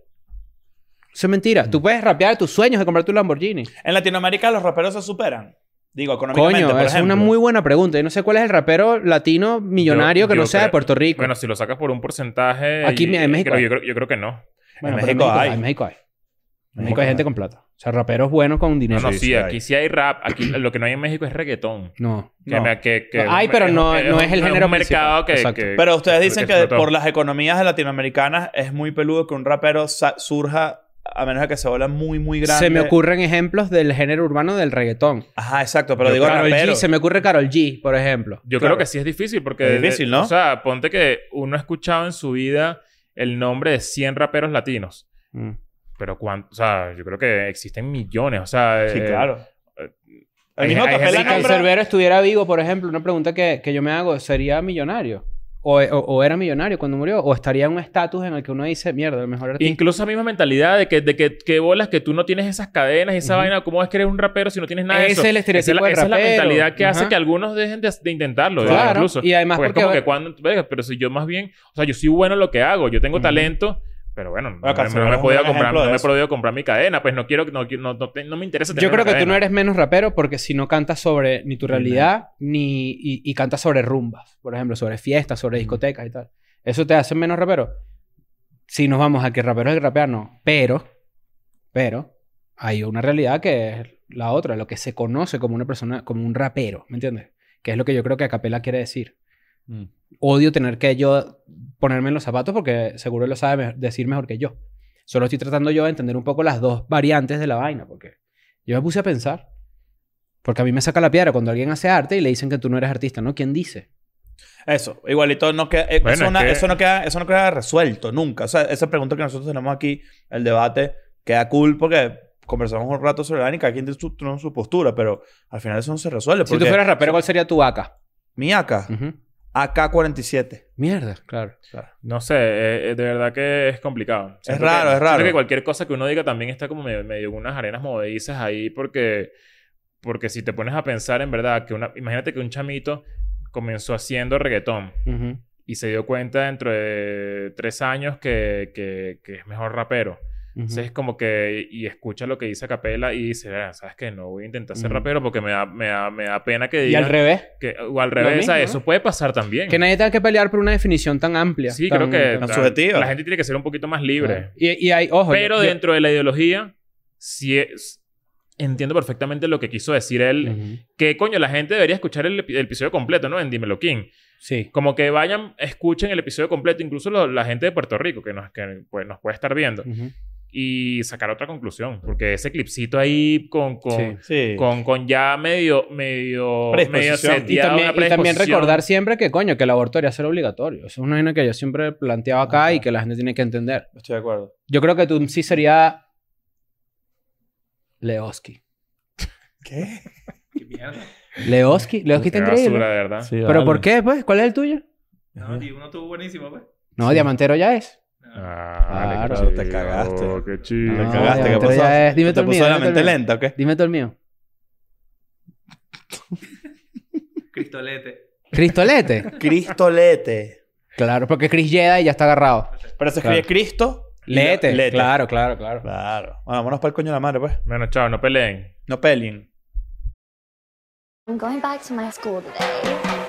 S2: Eso es mentira. Tú puedes rapear tus sueños de comprarte un Lamborghini.
S4: En Latinoamérica los raperos se superan. Digo, económicamente,
S2: Coño,
S4: por
S2: es una
S4: ejemplo.
S2: muy buena pregunta. Yo no sé cuál es el rapero latino millonario
S1: Yo-
S2: que
S1: yo
S2: no sea de
S1: creo-
S2: Puerto Rico.
S1: Bueno, si lo sacas por un porcentaje.
S2: Aquí
S1: y-
S2: en México
S1: creo-
S2: hay.
S1: yo, creo, yo creo que no.
S2: Bueno,
S4: en
S2: pero
S4: México hay.
S2: En México hay. En México
S4: México
S2: hay
S4: hay.
S2: gente con plata. O sea, raperos buenos con
S1: No,
S2: dinero.
S1: no,
S2: No.
S1: sí,
S4: sí hay.
S1: aquí sí hay rap. Aquí lo que no hay en México es reggaetón. Que
S4: No.
S1: me- que- que-
S2: Hay, pero no-
S1: un-
S2: no es el género
S1: un mercado que,
S2: principal.
S1: que-
S2: Exacto.
S4: Pero ustedes
S1: que-
S4: dicen que,
S1: explotó.
S4: por las economías latinoamericanas es muy peludo que un rapero sa- surja a menos de que se vuelva muy, muy grande.
S2: Se me ocurren ejemplos del género urbano del reggaetón.
S4: Ajá, exacto. Pero
S1: Yo
S4: digo
S2: Karol
S4: rapero.
S2: G, se me ocurre Carol G, por ejemplo.
S1: Yo
S4: Claro.
S1: creo que sí es difícil porque...
S4: Es difícil, ¿no?
S1: O sea, ponte que uno ha escuchado en su vida el nombre de 100 raperos latinos.
S2: Mm.
S1: Pero cuánto... O sea, yo creo que existen millones. O sea...
S4: Sí,
S1: eh,
S4: claro.
S1: eh,
S4: El
S1: hay-
S4: mismo
S1: hay
S4: Capela
S1: gente
S2: Si
S1: que-
S4: nombra-
S2: Cancerbero estuviera vivo, por ejemplo, una pregunta que, que yo me hago, ¿sería millonario? O, o- o era millonario cuando murió? ¿O estaría en un estatus en el que uno dice, mierda, el mejor artista?
S1: Incluso esa misma mentalidad de que, de que, que bolas que tú no tienes esas cadenas y esa
S2: Ujú.
S1: vaina. ¿Cómo es que eres un rapero si no tienes nada de
S2: Ese
S1: eso?
S2: es el estereotipo
S1: Esa, la-
S2: del
S1: esa es la
S2: rapero.
S1: mentalidad que hace
S2: Ajá.
S1: que algunos dejen de, de intentarlo. ¿verdad?
S2: Claro.
S1: Incluso.
S2: Y además
S1: Porque,
S2: porque...
S1: es como que cuando... verga, pero si yo más bien... O sea, yo soy bueno en lo que hago. Yo tengo
S2: Ujú.
S1: talento. Pero bueno, no, no
S4: Canserbero
S1: me
S4: es
S1: he
S4: un
S1: podido
S4: gran
S1: comprar,
S4: ejemplo
S1: no
S4: de
S1: me he
S4: eso.
S1: podido comprar mi cadena. Pues no quiero... No, no, no, te- no me interesa tener
S2: Yo creo
S1: una
S2: que tú
S1: cadena.
S2: no eres menos rapero porque si no cantas sobre ni tu realidad ni y, y cantas sobre rumbas, por ejemplo, sobre fiestas, sobre discotecas y tal. Eso te hace menos rapero. Si nos vamos a que rapero es el rapero, no. Pero, pero, hay una realidad que es la otra, lo que se conoce como una persona, como un rapero, ¿me entiendes? Que es lo que yo creo que Acapela quiere decir. Odio tener que yo ponerme en los zapatos porque seguro él lo sabe me- decir mejor que yo. Solo estoy tratando yo de entender un poco las dos variantes de la vaina, porque yo me puse a pensar. Porque a mí me saca la piedra cuando alguien hace arte y le dicen que tú no eres artista, ¿no? ¿Quién dice?
S4: Eso, igualito no queda, eh,
S1: Bueno,
S4: eso,
S1: es
S4: na-
S1: que-
S4: eso no queda, eso no queda resuelto nunca. O sea, esa pregunta que nosotros tenemos aquí, el debate, queda cool porque conversamos un rato sobre la cada quien tiene su, tiene su postura, pero al final eso no se resuelve.
S2: si tú fueras rapero, ¿cuál Mm. sería tu vaca?
S4: Mi AK, AK-47.
S2: Mierda, claro.
S1: No sé, eh, eh, de verdad que es complicado. Siento
S4: raro,
S1: que-
S4: es raro.
S1: siento que cualquier cosa que uno diga también está como medio, medio unas arenas movedizas ahí porque... Porque si te pones a pensar en verdad que una... Imagínate que un chamito comenzó haciendo reggaetón y se dio cuenta dentro de tres años que, que- que es mejor rapero. Entonces es como que... Y escucha lo que dice Capela y dice, "Ah, ¿sabes qué? No voy a intentar ser
S2: Ujú.
S1: rapero porque me da, me da, me da pena que
S2: Y
S1: digan...
S2: al revés.
S1: que- o al revés
S2: mismo,
S1: a
S2: ¿no?
S1: eso. Puede pasar también.
S2: Que nadie tenga que pelear por una definición tan amplia.
S1: Sí,
S2: tan- Ah.
S1: creo que...
S4: tan
S1: la-
S4: subjetiva.
S1: La gente tiene que ser un poquito más libre.
S2: Y, y hay, ojo.
S1: Pero
S2: yo- yo-
S1: dentro de la ideología, sí es... Entiendo perfectamente lo que quiso decir él.
S2: Ujú.
S1: Que, coño, la gente debería escuchar el, epi- el episodio completo, ¿no? En Dímelo King.
S2: Sí.
S1: Como que vayan, escuchen el episodio completo. Incluso lo- la gente de Puerto Rico que, nos, que pues, nos puede estar viendo.
S2: Ujú.
S1: Y sacar otra conclusión. Porque ese clipcito ahí con... con
S2: Sí.
S4: Sí.
S1: Con, con ya medio, medio, medio
S4: Predisposición.
S2: Y
S1: seteado
S2: también,
S1: una
S2: y también
S1: predisposición.
S2: recordar siempre que, coño, que el aborto debería ser obligatorio. Eso es una vaina que yo siempre planteaba acá y que la gente tiene que entender.
S4: Estoy de acuerdo.
S2: Yo creo que tú sí sería Leoski.
S4: ¿Qué?
S5: Qué mierda.
S2: Leoski. Leoski está
S1: Qué
S2: increíble.
S1: basura, de verdad.
S2: ¿Pero por qué, pues? ¿Cuál es el tuyo?
S5: No, tío, uno tuvo buenísimo, pues.
S2: No, Diamantero ya es.
S5: No.
S1: Ah,
S2: Claro,
S1: vale, qué
S4: te
S1: chido,
S4: cagaste.
S1: Qué
S4: Te
S1: chido. Ah,
S2: No,
S4: cagaste, ¿qué
S2: Ah, ya,
S4: pasó?
S2: ya es. Dime
S4: ¿Te
S2: tú el
S4: puso
S2: mío,
S4: la
S2: dime tú el
S4: mente
S2: mío.
S4: lenta o qué?
S2: Dime tú el mío.
S5: Cristolete.
S2: ¿Cristolete?
S4: Cristolete.
S2: claro, porque Chris Jedi ya está agarrado.
S4: Pero se escribe
S2: Claro.
S4: Cristo. y no-
S2: Lete. Claro, claro, claro.
S4: Claro. Bueno, vámonos para el coño de la madre, pues.
S1: Bueno, chao, no peleen.
S4: No peleen.
S6: I'm going back to my school today.